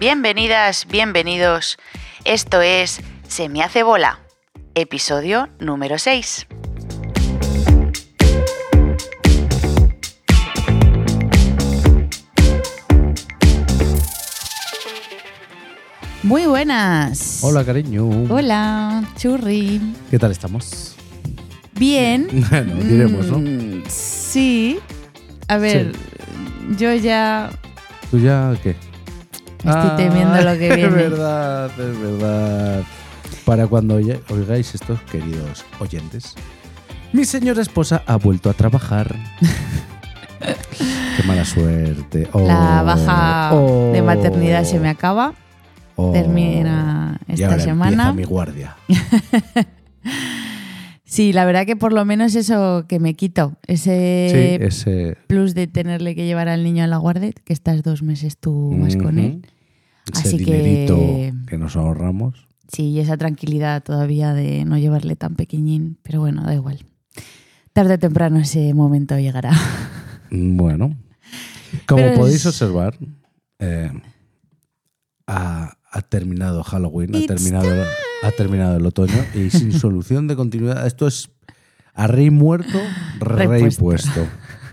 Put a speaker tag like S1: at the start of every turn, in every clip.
S1: Bienvenidas, bienvenidos. Esto es Se me hace bola, episodio número 6.
S2: Muy buenas.
S3: Hola, cariño.
S2: Hola, churri.
S3: ¿Qué tal estamos?
S2: Bien.
S3: Bueno, diremos, ¿no?
S2: Mm, Sí. A ver, yo ya
S3: ¿Tú ya qué?
S2: estoy temiendo lo que viene.
S3: Es verdad, es verdad. Para cuando oye- oigáis estos queridos oyentes, mi señora esposa ha vuelto a trabajar. qué mala suerte. Oh,
S2: la baja
S3: oh,
S2: de maternidad se me acaba.
S3: oh.
S2: termina
S3: Y
S2: esta
S3: ahora
S2: semana. Eh,
S3: empieza mi guardia.
S2: Sí, la verdad que por lo menos eso que me quito. Ese
S3: sí, ese.
S2: plus de tenerle que llevar al niño a la guardia, que estás dos meses tú más pues con
S3: Ujú.
S2: él.
S3: Ese
S2: Así que-
S3: dinerito que nos ahorramos.
S2: Sí, y esa tranquilidad todavía de no llevarle tan pequeñín. Pero bueno, da igual. Tarde o temprano ese momento llegará.
S3: Bueno, como
S2: Pero
S3: podéis
S2: es-
S3: observar, eh, ha, ha terminado Halloween, ha
S2: It's
S3: terminado, ha terminado el otoño y sin solución de continuidad. Esto es a rey muerto, rey
S2: Repuesto.
S3: puesto.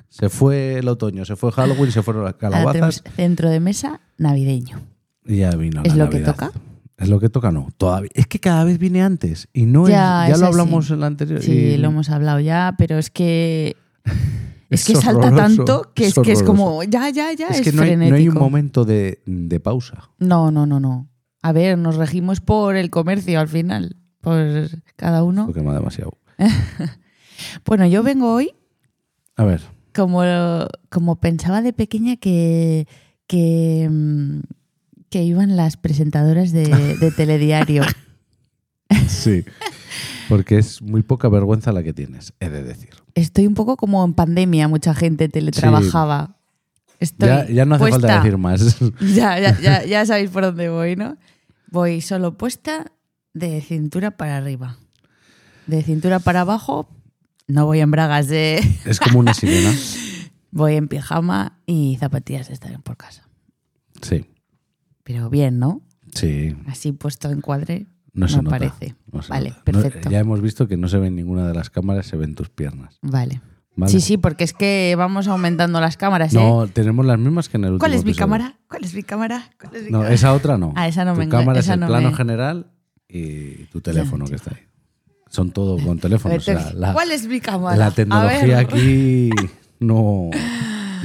S3: Se fue el otoño, se fue Halloween, se fueron las
S2: Ahora
S3: calabazas
S2: tenemos centro de mesa navideño.
S3: y ya vino.
S2: ¿Es
S3: la
S2: lo que
S3: Navidad.
S2: toca?
S3: Es lo que toca, no. Todavía. Es que cada vez viene antes y no es.
S2: Ya,
S3: Ya,
S2: es
S3: lo
S2: así.
S3: hablamos en la anterior.
S2: Sí,
S3: Eh, y-
S2: lo hemos hablado ya, pero es que es,
S3: Es
S2: que salta
S3: horroroso,
S2: tanto que es,
S3: es
S2: que es
S3: horroroso.
S2: como ya, ya, ya, es,
S3: es que no hay, no hay un
S2: frenético.
S3: momento de, de pausa.
S2: No, no, no, no. A ver, nos regimos por el comercio al final, por cada uno.
S3: Porque me da demasiado.
S2: Bueno, yo vengo hoy
S3: A ver.
S2: como, como pensaba de pequeña que, que, mm, que iban las presentadoras de, de telediario.
S3: Sí. Porque es muy poca vergüenza la que tienes, he de decir.
S2: Estoy un poco como en pandemia, mucha gente teletrabajaba. Estoy
S3: Ya, ya no hace falta
S2: puesta.
S3: decir más.
S2: Ya, ya, ya, ya sabéis por dónde voy, ¿no? Voy solo puesta de cintura para arriba. De cintura para abajo, no voy en bragas de.
S3: Es como una sirena.
S2: Voy en pijama y zapatillas de estar bien por casa.
S3: Sí,
S2: Pero bien, ¿no?
S3: sí.
S2: Así puesto en cuadre,
S3: No se
S2: me
S3: nota,
S2: parece.
S3: no se
S2: vale,
S3: nota. No,
S2: perfecto.
S3: ya hemos visto que no se ven ninguna de las cámaras, se ven tus piernas.
S2: Vale.
S3: ¿vale?
S2: Sí, sí, porque es que vamos aumentando las cámaras, ¿eh?
S3: No, tenemos las mismas que en el último
S2: ¿Cuál es mi
S3: episodio.
S2: cámara? ¿Cuál es mi cámara? ¿Cuál es mi
S3: No,
S2: cámara?
S3: esa otra no.
S2: Ah, esa no
S3: tu
S2: me enga-
S3: cámara
S2: esa
S3: es el
S2: no
S3: plano
S2: me-
S3: general y tu teléfono
S2: Ya,
S3: que está ahí. Son todo con teléfonos.
S2: Vete-
S3: la- la-
S2: ¿Cuál es mi cámara? A
S3: La
S2: ver.
S3: tecnología aquí no,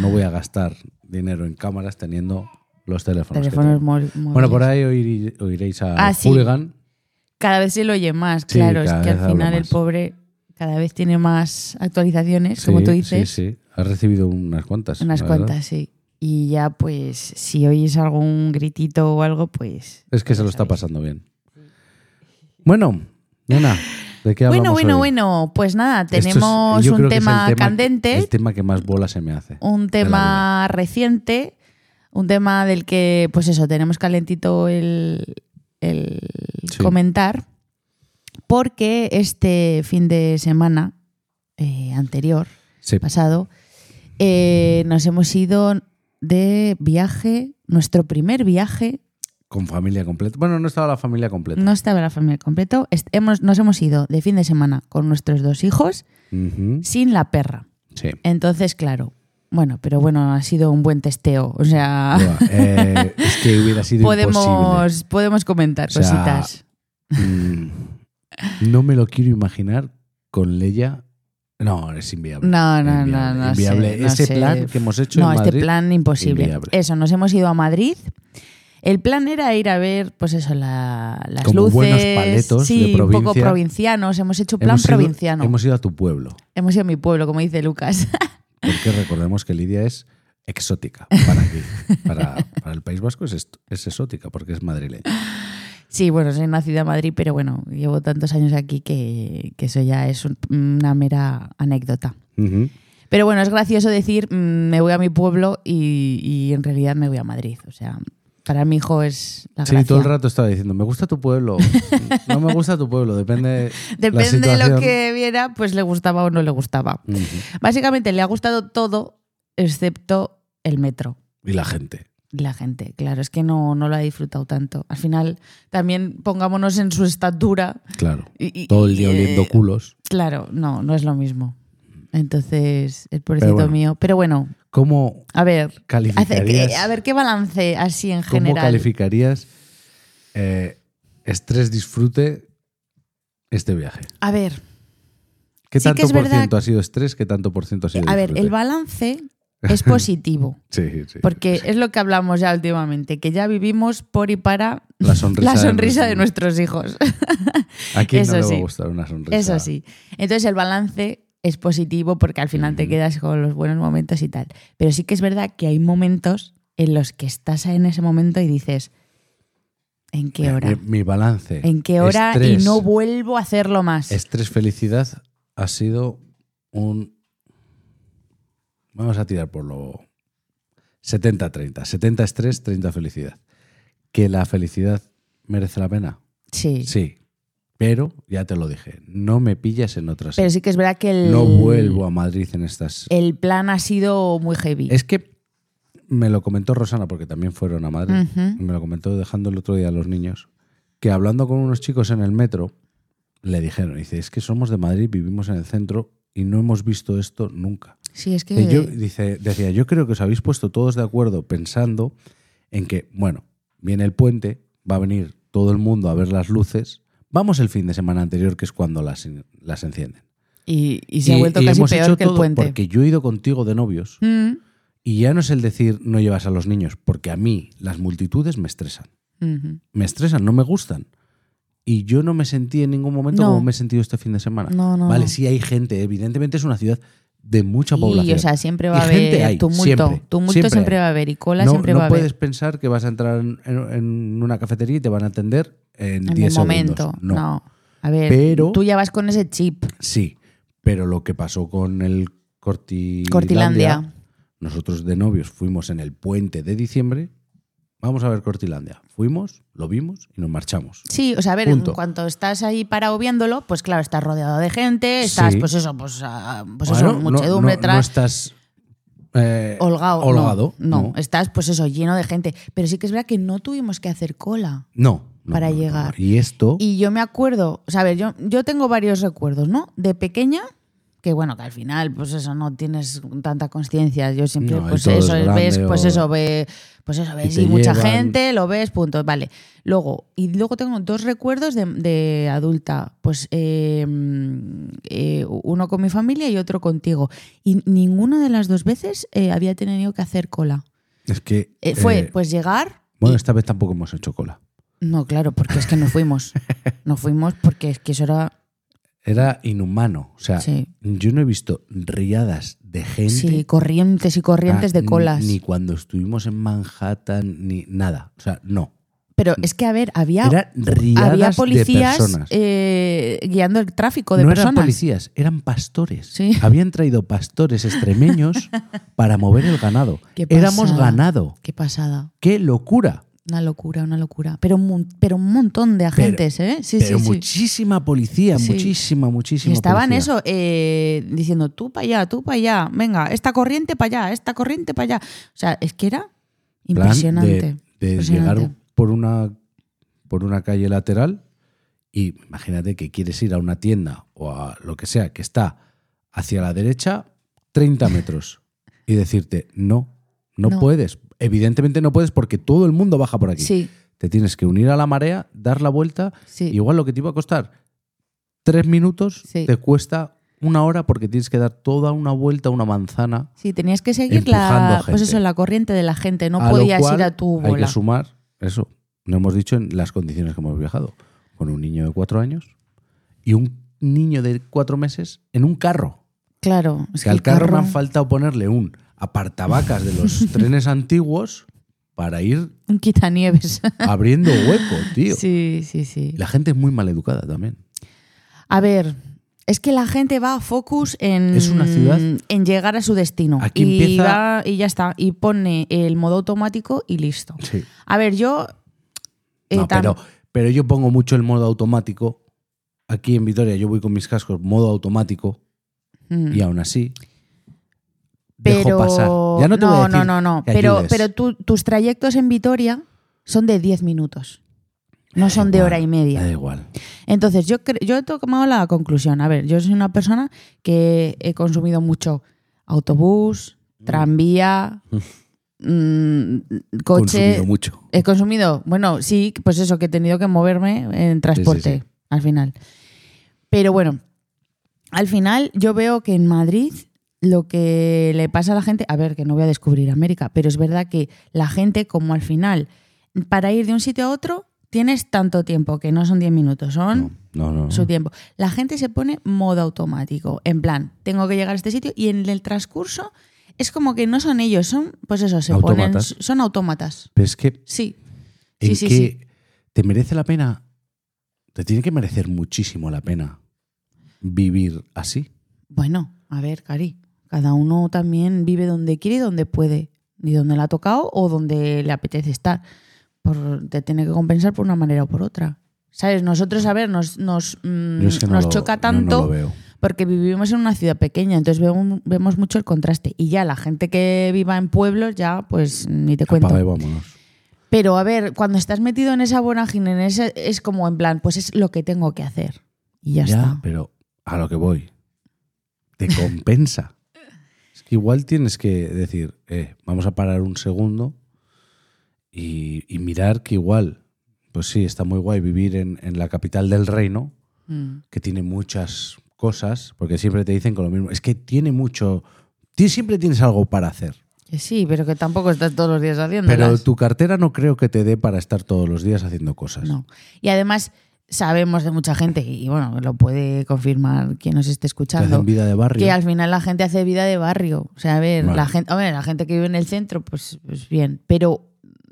S3: no voy a gastar dinero en cámaras teniendo los teléfonos. que
S2: Teléfonos
S3: tengo.
S2: móvil- móviles.
S3: Bueno, por ahí oiri- oiréis a
S2: Ah, sí.
S3: Hooligan.
S2: Cada vez se lo oye más,
S3: Sí,
S2: claro. Es
S3: cada
S2: que al
S3: vez habla
S2: final el
S3: más.
S2: pobre cada vez tiene más actualizaciones, como
S3: Sí,
S2: tú dices.
S3: Sí, sí. Has recibido unas cuantas.
S2: Unas
S3: la verdad.
S2: cuantas, sí. Y ya, pues, si oís algún gritito o algo, pues.
S3: Es que se
S2: ya
S3: lo está
S2: sabéis.
S3: pasando bien. Bueno, nena, ¿de qué hablamos
S2: Bueno, bueno,
S3: hoy?
S2: bueno. Pues nada,
S3: Esto es-
S2: tenemos
S3: yo
S2: un
S3: creo que es el este
S2: tema,
S3: que-
S2: candente,
S3: El tema que más bola se me hace.
S2: un
S3: de la
S2: tema reciente, un tema del que, pues eso, tenemos calentito el, el
S3: Sí.
S2: comentar, porque este fin de semana eh, anterior,
S3: Sí.
S2: pasado, eh, nos hemos ido de viaje, nuestro primer viaje,
S3: Con familia completa. Bueno, no estaba la familia completa.
S2: no estaba la familia completo, est- hemos- nos hemos ido de fin de semana con nuestros dos hijos
S3: Ujú,
S2: sin la perra.
S3: Sí.
S2: Entonces, claro, bueno, pero bueno, ha sido un buen testeo, o sea,
S3: Buah, eh, es que hubiera sido imposible.
S2: Ah. podemos, podemos comentar
S3: O sea,
S2: cositas.
S3: Mm, no me lo quiero imaginar con Leia. No, es inviable.
S2: No, no,
S3: Inviable,
S2: no, no
S3: inviable.
S2: sé, no
S3: Ese
S2: sé.
S3: plan que hemos hecho
S2: No,
S3: en
S2: este
S3: Madrid,
S2: plan imposible.
S3: inviable.
S2: Eso, nos hemos ido a Madrid. El plan era ir a ver, pues eso, la- las
S3: Como
S2: luces.
S3: buenos paletos
S2: sí,
S3: de
S2: un poco
S3: provincia.
S2: provincianos. Hemos hecho plan
S3: hemos ido-
S2: provinciano.
S3: hemos ido a tu pueblo,
S2: hemos ido a mi pueblo, como dice Lucas.
S3: porque recordemos que Lidia es exótica para aquí. Para, para el País Vasco es, est- es exótica porque es madrileña.
S2: Sí, bueno, soy nacida en Madrid, pero bueno, llevo tantos años aquí que, que eso ya es un- una mera anécdota.
S3: Ujú.
S2: Pero bueno, es gracioso decir, mm, me voy a mi pueblo y, y en realidad me voy a Madrid. O sea, para mi hijo es la
S3: Sí,
S2: gracia.
S3: todo el rato estaba diciendo, me gusta tu pueblo, no me gusta tu pueblo, depende, la
S2: Depende de lo
S3: situación.
S2: que viera, pues le gustaba o no le gustaba.
S3: Ujú.
S2: Básicamente le ha gustado todo excepto el metro.
S3: Y la gente.
S2: la gente. Claro, es que no, no lo ha disfrutado tanto. Al final, también pongámonos en su estatura.
S3: Claro.
S2: Y- y-
S3: Todo el día
S2: y,
S3: oliendo
S2: eh,
S3: culos.
S2: Claro, no, no es lo mismo. Entonces, el pobrecito
S3: bueno.
S2: mío. Pero bueno,
S3: ¿Cómo
S2: a ver. hace-
S3: calificarías?
S2: que- a ver qué balance así en
S3: ¿Cómo
S2: general.
S3: calificarías eh, estrés disfrute este viaje?
S2: A ver,
S3: ¿Qué
S2: Sí que
S3: tanto
S2: es
S3: por
S2: verdad-
S3: ciento ha sido estrés? ¿Qué tanto por ciento ha sido
S2: a ver, el
S3: disfrute?
S2: balance es positivo.
S3: Sí, sí.
S2: Porque es lo que hablamos ya últimamente, que ya vivimos por y para
S3: La sonrisa,
S2: la sonrisa de
S3: nuestro-
S2: nuestros hijos.
S3: ¿A quién no
S2: Eso
S3: le va a
S2: sí.
S3: gustar una sonrisa?
S2: Eso sí. Entonces el balance es positivo porque al final te
S3: Ujú.
S2: quedas con los buenos momentos y tal. Pero sí que es verdad que hay momentos en los que estás en ese momento y dices, ¿en qué
S3: Mi,
S2: hora?
S3: mi balance.
S2: ¿En qué hora?
S3: Estrés.
S2: Y no vuelvo a hacerlo más.
S3: Estrés, felicidad ha sido un. Vamos a tirar por lo. 70-30. 70 estrés, 30 felicidad. ¿Que la felicidad merece la pena?
S2: Sí.
S3: Sí. Pero, ya te lo dije, no me pillas en otras.
S2: Pero sí que es verdad que el,
S3: No vuelvo a Madrid en estas.
S2: el plan ha sido muy heavy.
S3: Es que me lo comentó Rosana, porque también fueron a Madrid.
S2: Ujú.
S3: Me lo comentó dejando el otro día a los niños. Que hablando con unos chicos en el metro, le dijeron: Dice, es que somos de Madrid, vivimos en el centro y no hemos visto esto nunca.
S2: Sí, es que...
S3: Dice, Eh, yo, dice, decía, yo creo que os habéis puesto todos de acuerdo pensando en que, bueno, viene el puente, va a venir todo el mundo a ver las luces. Vamos el fin de semana anterior, que es cuando las, las encienden.
S2: Y, y se ha
S3: Y-
S2: vuelto
S3: y
S2: casi
S3: hemos hecho
S2: peor que el
S3: todo
S2: puente.
S3: Porque yo he ido contigo de novios
S2: Mm,
S3: y ya no es el decir no llevas a los niños, porque a mí las multitudes me estresan.
S2: mhm.
S3: Me estresan, no me gustan. Y yo no me sentí en ningún momento
S2: No.
S3: como me he sentido este fin de semana.
S2: No, no,
S3: vale,
S2: no.
S3: sí hay gente, evidentemente es una ciudad de mucha población.
S2: Y, o sea, siempre va a
S3: Y gente
S2: haber
S3: hay,
S2: tumulto.
S3: siempre,
S2: tumulto
S3: siempre
S2: siempre,
S3: hay.
S2: va a haber y cola
S3: no
S2: siempre
S3: no
S2: va a haber.
S3: puedes pensar que vas a entrar en, en- en una cafetería y te van a atender en
S2: en
S3: 10
S2: un momento.
S3: segundos.
S2: No. A ver,
S3: Pero-
S2: tú ya vas con ese chip.
S3: Sí, pero lo que pasó con el Cortilandia,
S2: Cortilandia.
S3: nosotros de novios fuimos en el puente de diciembre, vamos a ver Cortilandia. Fuimos, lo vimos y nos marchamos.
S2: Sí, o sea, a ver,
S3: Punto.
S2: en cuanto estás ahí parado viéndolo, pues claro, estás rodeado de gente, estás,
S3: Sí.
S2: pues eso, pues, ah, pues
S3: Bueno,
S2: eso,
S3: no-
S2: muchedumbre
S3: no, no,
S2: tras.
S3: estás eh,
S2: holgado. no,
S3: holgado,
S2: No,
S3: no.
S2: estás, pues eso, lleno de gente. Pero sí que es verdad que no tuvimos que hacer cola.
S3: No, no,
S2: para
S3: no, no, no.
S2: llegar.
S3: Y esto,
S2: Y yo me acuerdo, o sea, a ver, yo, yo tengo varios recuerdos, ¿no? De pequeña, que bueno, que al final, pues eso, no tienes tanta conciencia. Yo siempre,
S3: No, y
S2: pues
S3: todo es
S2: eso,
S3: grande
S2: ves, pues
S3: o-
S2: eso, ve, pues eso, ves
S3: te
S2: y mucha
S3: llevan.
S2: gente, lo ves, punto, vale. Luego, y luego tengo dos recuerdos de, de adulta, pues eh, mm, eh, uno con mi familia y otro contigo. Y ninguna de las dos veces eh, había tenido que hacer cola.
S3: es que...
S2: Eh, fue,
S3: eh,
S2: pues llegar,
S3: bueno, esta vez tampoco hemos hecho cola.
S2: no, claro, porque es que no fuimos. No fuimos porque es que eso era
S3: Era inhumano. O sea,
S2: Sí.
S3: yo no he visto riadas de gente.
S2: Sí, corrientes y corrientes
S3: Ah,
S2: de colas.
S3: Ni cuando estuvimos en Manhattan, ni nada. O sea, no.
S2: Pero es que, a ver, había,
S3: Eran riadas
S2: había
S3: de
S2: policías
S3: personas.
S2: eh, guiando el tráfico de
S3: no eran
S2: personas.
S3: policías, eran pastores.
S2: Sí.
S3: Habían traído pastores extremeños para mover el ganado.
S2: Qué
S3: Éramos
S2: pasada.
S3: ganado.
S2: Qué pasada.
S3: ¡Qué locura!
S2: Una locura, una locura. Pero un, mon- pero un montón de agentes, ¿eh? Sí,
S3: Pero
S2: sí, sí.
S3: muchísima policía,
S2: Sí.
S3: muchísima, muchísima
S2: Y estaban
S3: policía.
S2: eso, eh, diciendo tú para allá, tú para allá, venga, esta corriente para allá, esta corriente para allá. O sea, es que era
S3: plan
S2: impresionante.
S3: De, de
S2: impresionante.
S3: llegar por una, por una calle lateral y imagínate que quieres ir a una tienda o a lo que sea que está hacia la derecha 30 metros y decirte, no, no,
S2: No.
S3: puedes. Evidentemente no puedes porque todo el mundo baja por aquí.
S2: Sí,
S3: Te tienes que unir a la marea, dar la vuelta.
S2: sí.
S3: Igual lo que te iba a costar tres minutos
S2: Sí.
S3: te cuesta una hora porque tienes que dar toda una vuelta a una manzana.
S2: Sí, tenías que seguir
S3: Empujando
S2: la, pues
S3: gente.
S2: eso, la corriente de la gente, no
S3: A lo
S2: podías
S3: cual
S2: ir a tu
S3: Hay que
S2: bola.
S3: sumar eso. No hemos dicho en las condiciones que hemos viajado. Con un niño de cuatro años y un niño de cuatro meses en un carro.
S2: Claro, es
S3: que
S2: que
S3: al
S2: el
S3: carro,
S2: carro-
S3: me han faltado ponerle un apartabacas de los trenes antiguos para ir
S2: un quitanieves.
S3: abriendo hueco, tío.
S2: sí, sí, sí.
S3: La gente es muy mal educada también.
S2: A ver, es que la gente va a focus en,
S3: Es una ciudad-
S2: en llegar a su destino.
S3: Aquí
S2: y,
S3: empieza-
S2: va- y ya está. Y pone el modo automático y listo.
S3: Sí.
S2: A ver, yo. eh,
S3: No,
S2: tam-
S3: pero, pero yo pongo mucho el modo automático. Aquí en Vitoria yo voy con mis cascos modo automático
S2: Mm.
S3: y aún así dejo
S2: Pero-
S3: pasar. Ya no te voy a decir
S2: no, no, no.
S3: que
S2: Pero,
S3: ayudes.
S2: pero tú- tus trayectos en Vitoria son de 10 minutos. No son de
S3: igual,
S2: hora y
S3: Me da
S2: media.
S3: igual.
S2: Entonces, yo, cre- yo he tomado la conclusión. A ver, yo soy una persona que he consumido mucho autobús, tranvía, mm, coche.
S3: Consumido mucho.
S2: He consumido, bueno, sí, pues eso, que he tenido que moverme en transporte
S3: Sí, sí, sí.
S2: al final. Pero bueno, al final yo veo que en Madrid lo que le pasa a la gente, a ver, que no voy a descubrir América, pero es verdad que la gente como al final, para ir de un sitio a otro, tienes tanto tiempo, que no son 10 minutos, son
S3: No, no. no.
S2: su tiempo. La gente se pone modo automático, en plan, tengo que llegar a este sitio y en el transcurso es como que no son ellos, son, pues eso, se ponen,
S3: Autómatas.
S2: son autómatas.
S3: Pero es que
S2: Sí.
S3: ¿En
S2: Sí, sí,
S3: qué
S2: sí.
S3: te merece la pena? Te tiene que merecer muchísimo la pena vivir así.
S2: Bueno, a ver, Cari, cada uno también vive donde quiere y donde puede, y donde le ha tocado o donde le apetece estar. Por, te tiene que compensar por una manera o por otra. ¿Sabes? Nosotros, a ver, nos, nos, mm,
S3: Yo es que no
S2: nos
S3: lo-
S2: choca
S3: no, no lo
S2: tanto
S3: veo.
S2: porque vivimos en una ciudad pequeña, entonces vemos, vemos mucho el contraste. Y ya la gente que viva en pueblos, ya pues ni te cuento.
S3: Apaga y vámonos.
S2: Pero a ver, cuando estás metido en esa vorágine, en ese, es como en plan, pues es lo que tengo que hacer. Y ya,
S3: Ya,
S2: está.
S3: pero a lo que voy. Te compensa. es que igual tienes que decir, eh, vamos a parar un segundo y, y mirar que igual, pues sí, está muy guay vivir en, en la capital del reino,
S2: Mm.
S3: que tiene muchas cosas, porque siempre te dicen con lo mismo, es que tiene mucho, ti- siempre tienes algo para hacer.
S2: Que sí, pero que tampoco estás todos los días haciendo.
S3: Pero tu cartera no creo que te dé para estar todos los días haciendo cosas.
S2: No. Y además sabemos de mucha gente, y bueno, lo puede confirmar quien nos esté
S3: Te hacen
S2: escuchando,
S3: vida de barrio.
S2: que al final la gente hace vida de barrio. O sea, a ver,
S3: Vale.
S2: la, gente, hombre, la gente que vive en el centro, pues, pues bien, pero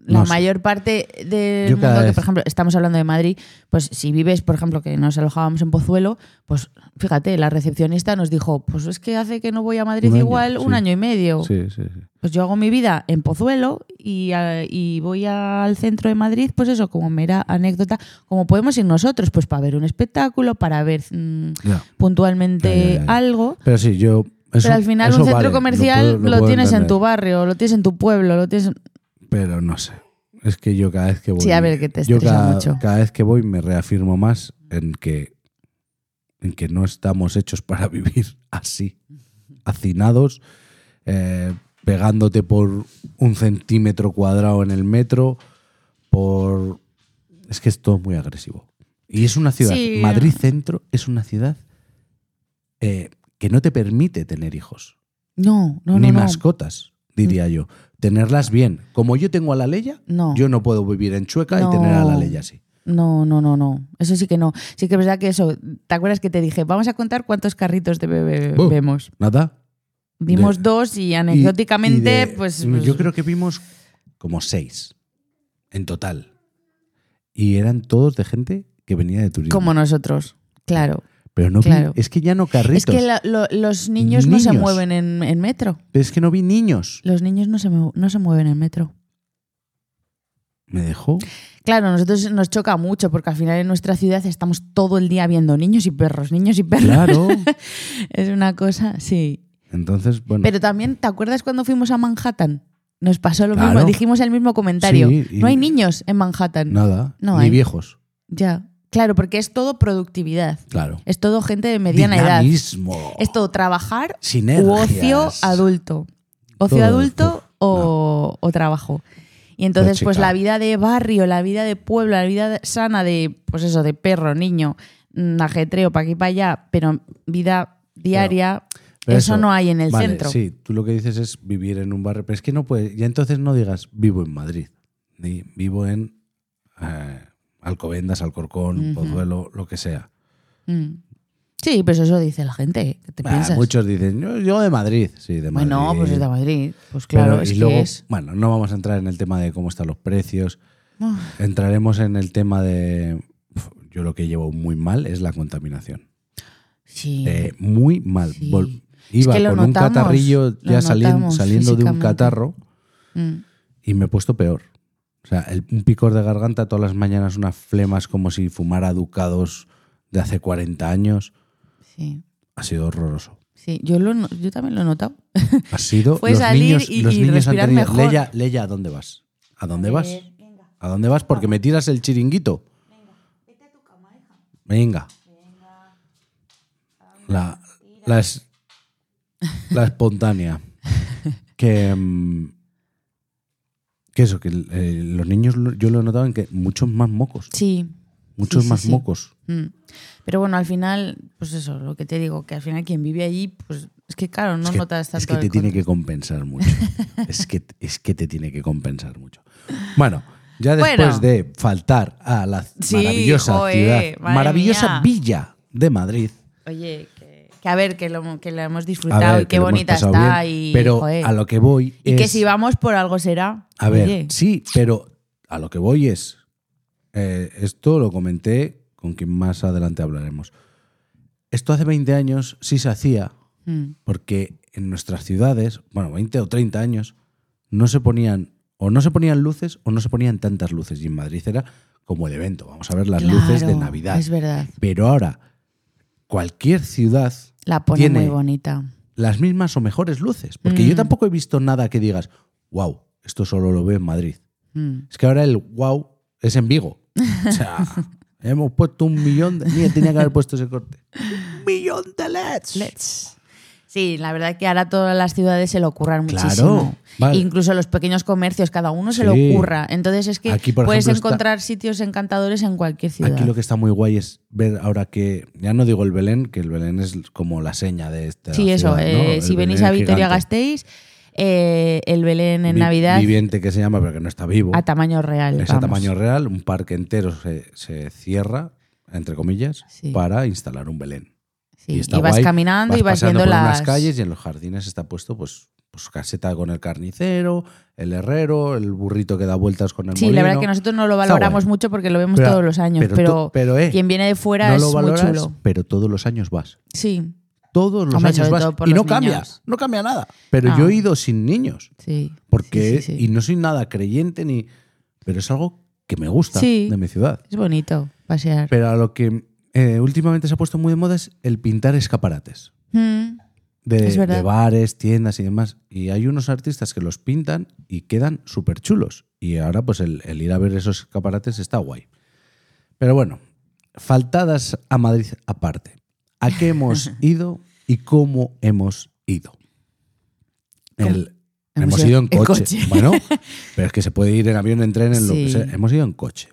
S2: la
S3: No sé.
S2: mayor parte del
S3: Yo cada
S2: mundo que,
S3: vez-
S2: por ejemplo, estamos hablando de Madrid, pues si vives, por ejemplo, que nos alojábamos en Pozuelo, pues fíjate, la recepcionista nos dijo, pues es que hace que no voy a Madrid
S3: Un año,
S2: igual un
S3: sí.
S2: año y medio.
S3: Sí, sí, sí.
S2: Pues yo hago mi vida en Pozuelo y, a- y voy al centro de Madrid, pues eso, como mera anécdota, como podemos ir nosotros, pues para ver un espectáculo, para ver mm,
S3: Ya. Ya,
S2: puntualmente
S3: ya, ya, ya.
S2: algo.
S3: Pero sí, yo... eso-
S2: pero al final
S3: eso
S2: un centro
S3: vale, lo
S2: comercial
S3: puedo-
S2: lo,
S3: puedo
S2: tienes en
S3: entender.
S2: tu barrio, lo tienes en tu pueblo, lo tienes...
S3: Pero no sé. Es que yo cada vez que voy.
S2: Sí, a ver, que te
S3: yo
S2: estresa
S3: cada,
S2: mucho.
S3: cada vez que voy me reafirmo más en que, en que no estamos hechos para vivir así. Hacinados, eh, pegándote por un centímetro cuadrado en el metro, por. Es que es todo muy agresivo. Y es una ciudad.
S2: Sí.
S3: Madrid Centro es una ciudad eh, que no te permite tener hijos
S2: No, no,
S3: ni
S2: no, no.
S3: mascotas, diría yo. Tenerlas bien. Como yo tengo a la Leia,
S2: No.
S3: yo no puedo vivir en Chueca
S2: No.
S3: y tener a la Leia así.
S2: No, no, no, no. Eso sí que no. Sí que es verdad que eso, ¿te acuerdas que te dije, vamos a contar cuántos carritos de bebé
S3: Oh.
S2: vemos?
S3: Nada.
S2: Dimos dos y
S3: Y- y
S2: anecdóticamente,
S3: de-
S2: pues,
S3: Yo creo que vimos como seis en total. Y eran todos de gente que venía de turismo.
S2: como nosotros. Claro.
S3: Pero no vi-
S2: claro.
S3: es que ya no carritos.
S2: Es que la- lo- los niños, no se
S3: Niños.
S2: mueven en, en metro.
S3: Pero es que no vi niños.
S2: Los niños no se, mu- no se mueven en metro.
S3: Me dejó.
S2: Claro, a nosotros nos choca mucho porque al final en nuestra ciudad estamos todo el día viendo niños y perros, niños y perros.
S3: Claro.
S2: Es una cosa, sí.
S3: Entonces, bueno.
S2: Pero también, ¿te acuerdas cuando fuimos a Manhattan? Nos pasó lo
S3: Claro.
S2: mismo, dijimos el mismo comentario.
S3: Sí, y-
S2: No hay niños en Manhattan.
S3: nada.
S2: No
S3: ni
S2: hay.
S3: viejos.
S2: Ya. Claro, porque es todo productividad.
S3: Claro.
S2: Es todo gente de mediana edad.
S3: Dinamismo.
S2: Es todo trabajar
S3: Sinergias.
S2: u ocio adulto. Ocio
S3: Todo.
S2: adulto o, o trabajo. Y entonces,
S3: Pues,
S2: pues
S3: chica.
S2: la vida de barrio, la vida de pueblo, la vida de- sana de, pues eso, de perro, niño, mm, ajetreo para aquí para allá, pero vida diaria,
S3: Pero
S2: eso, no hay en el
S3: vale,
S2: centro.
S3: Sí, tú lo que dices es vivir en un barrio, pero es que no puedes, ya entonces no digas vivo en Madrid, ni vivo en eh, Alcobendas, Alcorcón,
S2: Ujú.
S3: Pozuelo, lo que sea.
S2: Mm. Sí, pues eso dice la gente. ¿eh? ¿Qué te
S3: Ah,
S2: piensas?
S3: muchos dicen, yo, yo de Madrid, sí, de Madrid.
S2: Bueno, pues es de Madrid. Pues
S3: Pero-
S2: claro,
S3: y
S2: es que
S3: luego,
S2: es.
S3: Bueno, no vamos a entrar en el tema de cómo están los precios,
S2: Uf,
S3: entraremos en el tema de... uf, Yo lo que llevo muy mal es la contaminación.
S2: sí.
S3: Eh, muy mal.
S2: Sí.
S3: Vol-
S2: Es
S3: Iba
S2: que lo
S3: con un
S2: notamos,
S3: catarrillo
S2: lo
S3: ya sali-
S2: notamos
S3: saliendo de un
S2: físicamente.
S3: catarro.
S2: Mm.
S3: y me he puesto peor. O sea, el- un picor de garganta todas las mañanas, unas flemas como si fumara ducados de hace 40 años.
S2: Sí.
S3: Ha sido horroroso.
S2: Sí, yo, lo, no- yo también lo he notado.
S3: Ha sido.
S2: Fue
S3: los
S2: salir
S3: niños,
S2: y-
S3: los
S2: y
S3: niños han
S2: respirar
S3: tenido.
S2: mejor.
S3: Leia, Leia, ¿a dónde vas? ¿A dónde vas? ¿A dónde vas? Porque me tiras el chiringuito. Venga. La, la, es- la espontánea. que. mm, Que eso, que eh, los niños, lo- yo lo he notado en que muchos más mocos.
S2: Sí.
S3: Muchos
S2: Sí, sí,
S3: más
S2: sí.
S3: mocos.
S2: Mm. Pero bueno, al final, pues eso, lo que te digo, que al final quien vive allí, pues es que claro, no
S3: es que,
S2: notas tanto.
S3: es que te
S2: el
S3: tiene
S2: contra-
S3: que compensar mucho. es, que, es que te tiene que compensar mucho. Bueno, ya después
S2: Bueno.
S3: de faltar a la
S2: Sí,
S3: maravillosa
S2: joe, madre
S3: ciudad, maravillosa
S2: mía.
S3: villa de Madrid.
S2: Oye, que, que a ver, que lo, que lo hemos
S3: A
S2: disfrutado
S3: ver,
S2: y
S3: que
S2: qué
S3: lo hemos
S2: bonita
S3: pasado
S2: está.
S3: bien,
S2: y,
S3: pero
S2: joder,
S3: a lo que voy
S2: y
S3: es.
S2: que si vamos por algo será.
S3: a ver,
S2: Oye,
S3: sí, pero a lo que voy es. eh, esto lo comenté con quien más adelante hablaremos. Esto hace 20 años sí se hacía,
S2: Mm.
S3: porque en nuestras ciudades, bueno, 20 o 30 años, no se ponían o no se ponían luces o no se ponían tantas luces. Y en Madrid era como el evento, vamos a ver las luces de
S2: mm, Claro,
S3: Navidad.
S2: Es verdad.
S3: Pero ahora, cualquier ciudad,
S2: La pone
S3: Tiene-
S2: muy bonita.
S3: las mismas o mejores luces. Porque yo
S2: Mm.
S3: tampoco he visto nada que digas, wow, esto solo lo veo en Madrid.
S2: Mm.
S3: Es que ahora el wow es en Vigo. O sea, hemos puesto un millón de... Mira, tenía que haber puesto ese corte. Un millón de E LEDs.
S2: Let's. Sí, la verdad que ahora todas las ciudades se lo ocurran
S3: Claro,
S2: muchísimo.
S3: vale.
S2: Incluso los pequeños comercios, cada uno se lo
S3: Sí.
S2: ocurra. Entonces es que
S3: Aquí, por
S2: puedes
S3: ejemplo, está-
S2: encontrar sitios encantadores en cualquier ciudad.
S3: Aquí lo que está muy guay es ver ahora que, ya no digo el Belén, que el Belén es como la seña de este.
S2: sí, eso. eh, si venís a Vitoria Gasteiz, eh, el Belén en Navidad
S3: Viviente que se llama, pero que no está vivo.
S2: a tamaño real.
S3: es a
S2: vamos.
S3: tamaño real, un parque entero se, se cierra, entre comillas,
S2: Sí.
S3: para instalar un Belén.
S2: Sí, Y,
S3: está
S2: vas
S3: guay,
S2: caminando y vas
S3: pasando
S2: viendo
S3: por
S2: las...
S3: unas calles y en los jardines está puesto pues, pues caseta con el carnicero, el herrero, el burrito que da vueltas con el
S2: Sí, la
S3: molino.
S2: verdad que nosotros no lo
S3: Está
S2: valoramos
S3: guay.
S2: mucho porque lo vemos
S3: Pero-
S2: todos los años,
S3: pero tú-
S2: pero,
S3: pero, eh,
S2: quien viene de fuera
S3: no
S2: es
S3: lo valoras,
S2: muy chulo.
S3: pero todos los años vas.
S2: Sí,
S3: todos los
S2: Hombre,
S3: años
S2: sobre
S3: vas
S2: todo por
S3: y
S2: los
S3: no cambia,
S2: niños.
S3: no cambia nada. Pero
S2: Ah.
S3: yo he ido sin niños
S2: sí.
S3: porque
S2: Sí, sí, sí.
S3: y no soy nada creyente ni pero es algo que me gusta
S2: Sí.
S3: de mi ciudad.
S2: Es bonito pasear.
S3: Pero a lo que eh, últimamente se ha puesto muy de moda es el pintar escaparates
S2: Mm.
S3: de,
S2: Es verdad.
S3: de bares, tiendas y demás. Y hay unos artistas que los pintan y quedan súper chulos. Y ahora pues el, el ir a ver esos escaparates está guay. Pero bueno, faltadas a Madrid aparte. ¿A qué hemos ido y cómo hemos ido? El-
S2: Hemos
S3: hemos,
S2: ido
S3: ido en
S2: en
S3: coche.
S2: coche.
S3: Bueno, pero es que se puede ir en avión, en tren, en lo que
S2: Sí.
S3: sea. Hemos ido en coche.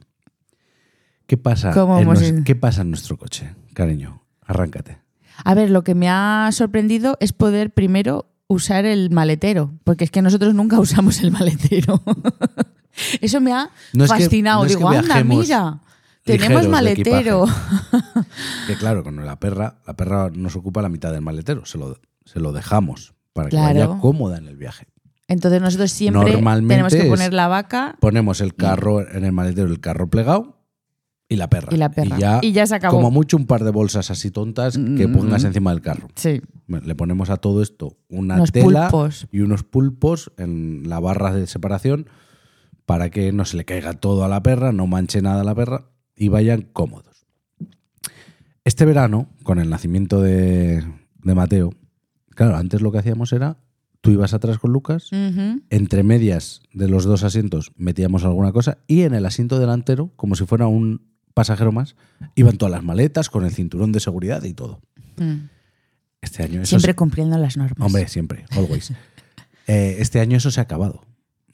S3: ¿Qué pasa?
S2: ¿Cómo
S3: en
S2: hemos
S3: nos-
S2: ido?
S3: ¿Qué pasa en nuestro coche, cariño? Arráncate.
S2: A ver, lo que me ha sorprendido es poder primero usar el maletero, porque es que nosotros nunca usamos el maletero. Eso me ha
S3: No es que-
S2: fascinado.
S3: no es que
S2: Digo, anda,
S3: viajemos
S2: mira,
S3: ligeros
S2: tenemos
S3: de
S2: maletero.
S3: Que claro, con la perra, la perra nos ocupa la mitad del maletero, se lo, se lo dejamos para que
S2: Claro.
S3: vaya cómoda en el viaje.
S2: Entonces nosotros siempre
S3: Normalmente
S2: tenemos que
S3: es-
S2: poner la vaca
S3: Ponemos
S2: Mm.
S3: el carro en el maletero, el carro plegado y la perra.
S2: y la perra.
S3: Y ya,
S2: se acabó.
S3: como mucho, un par de bolsas así tontas que
S2: Mm.
S3: pongas encima del carro.
S2: sí,
S3: Bueno, Le ponemos a todo esto una
S2: unos
S3: tela
S2: pulpos.
S3: y unos pulpos en la barra de separación para que no se le caiga todo a la perra, no manche nada a la perra y vayan cómodos. Este verano, con el nacimiento de, de Mateo, claro, antes lo que hacíamos era, tú ibas atrás con Lucas,
S2: Ujú.
S3: entre medias de los dos asientos metíamos alguna cosa y en el asiento delantero, como si fuera un pasajero más, iban todas las maletas con el cinturón de seguridad y todo.
S2: Mm.
S3: Este año eso
S2: Siempre cumpliendo las normas.
S3: Hombre, siempre, always. Eh, este año eso se ha acabado.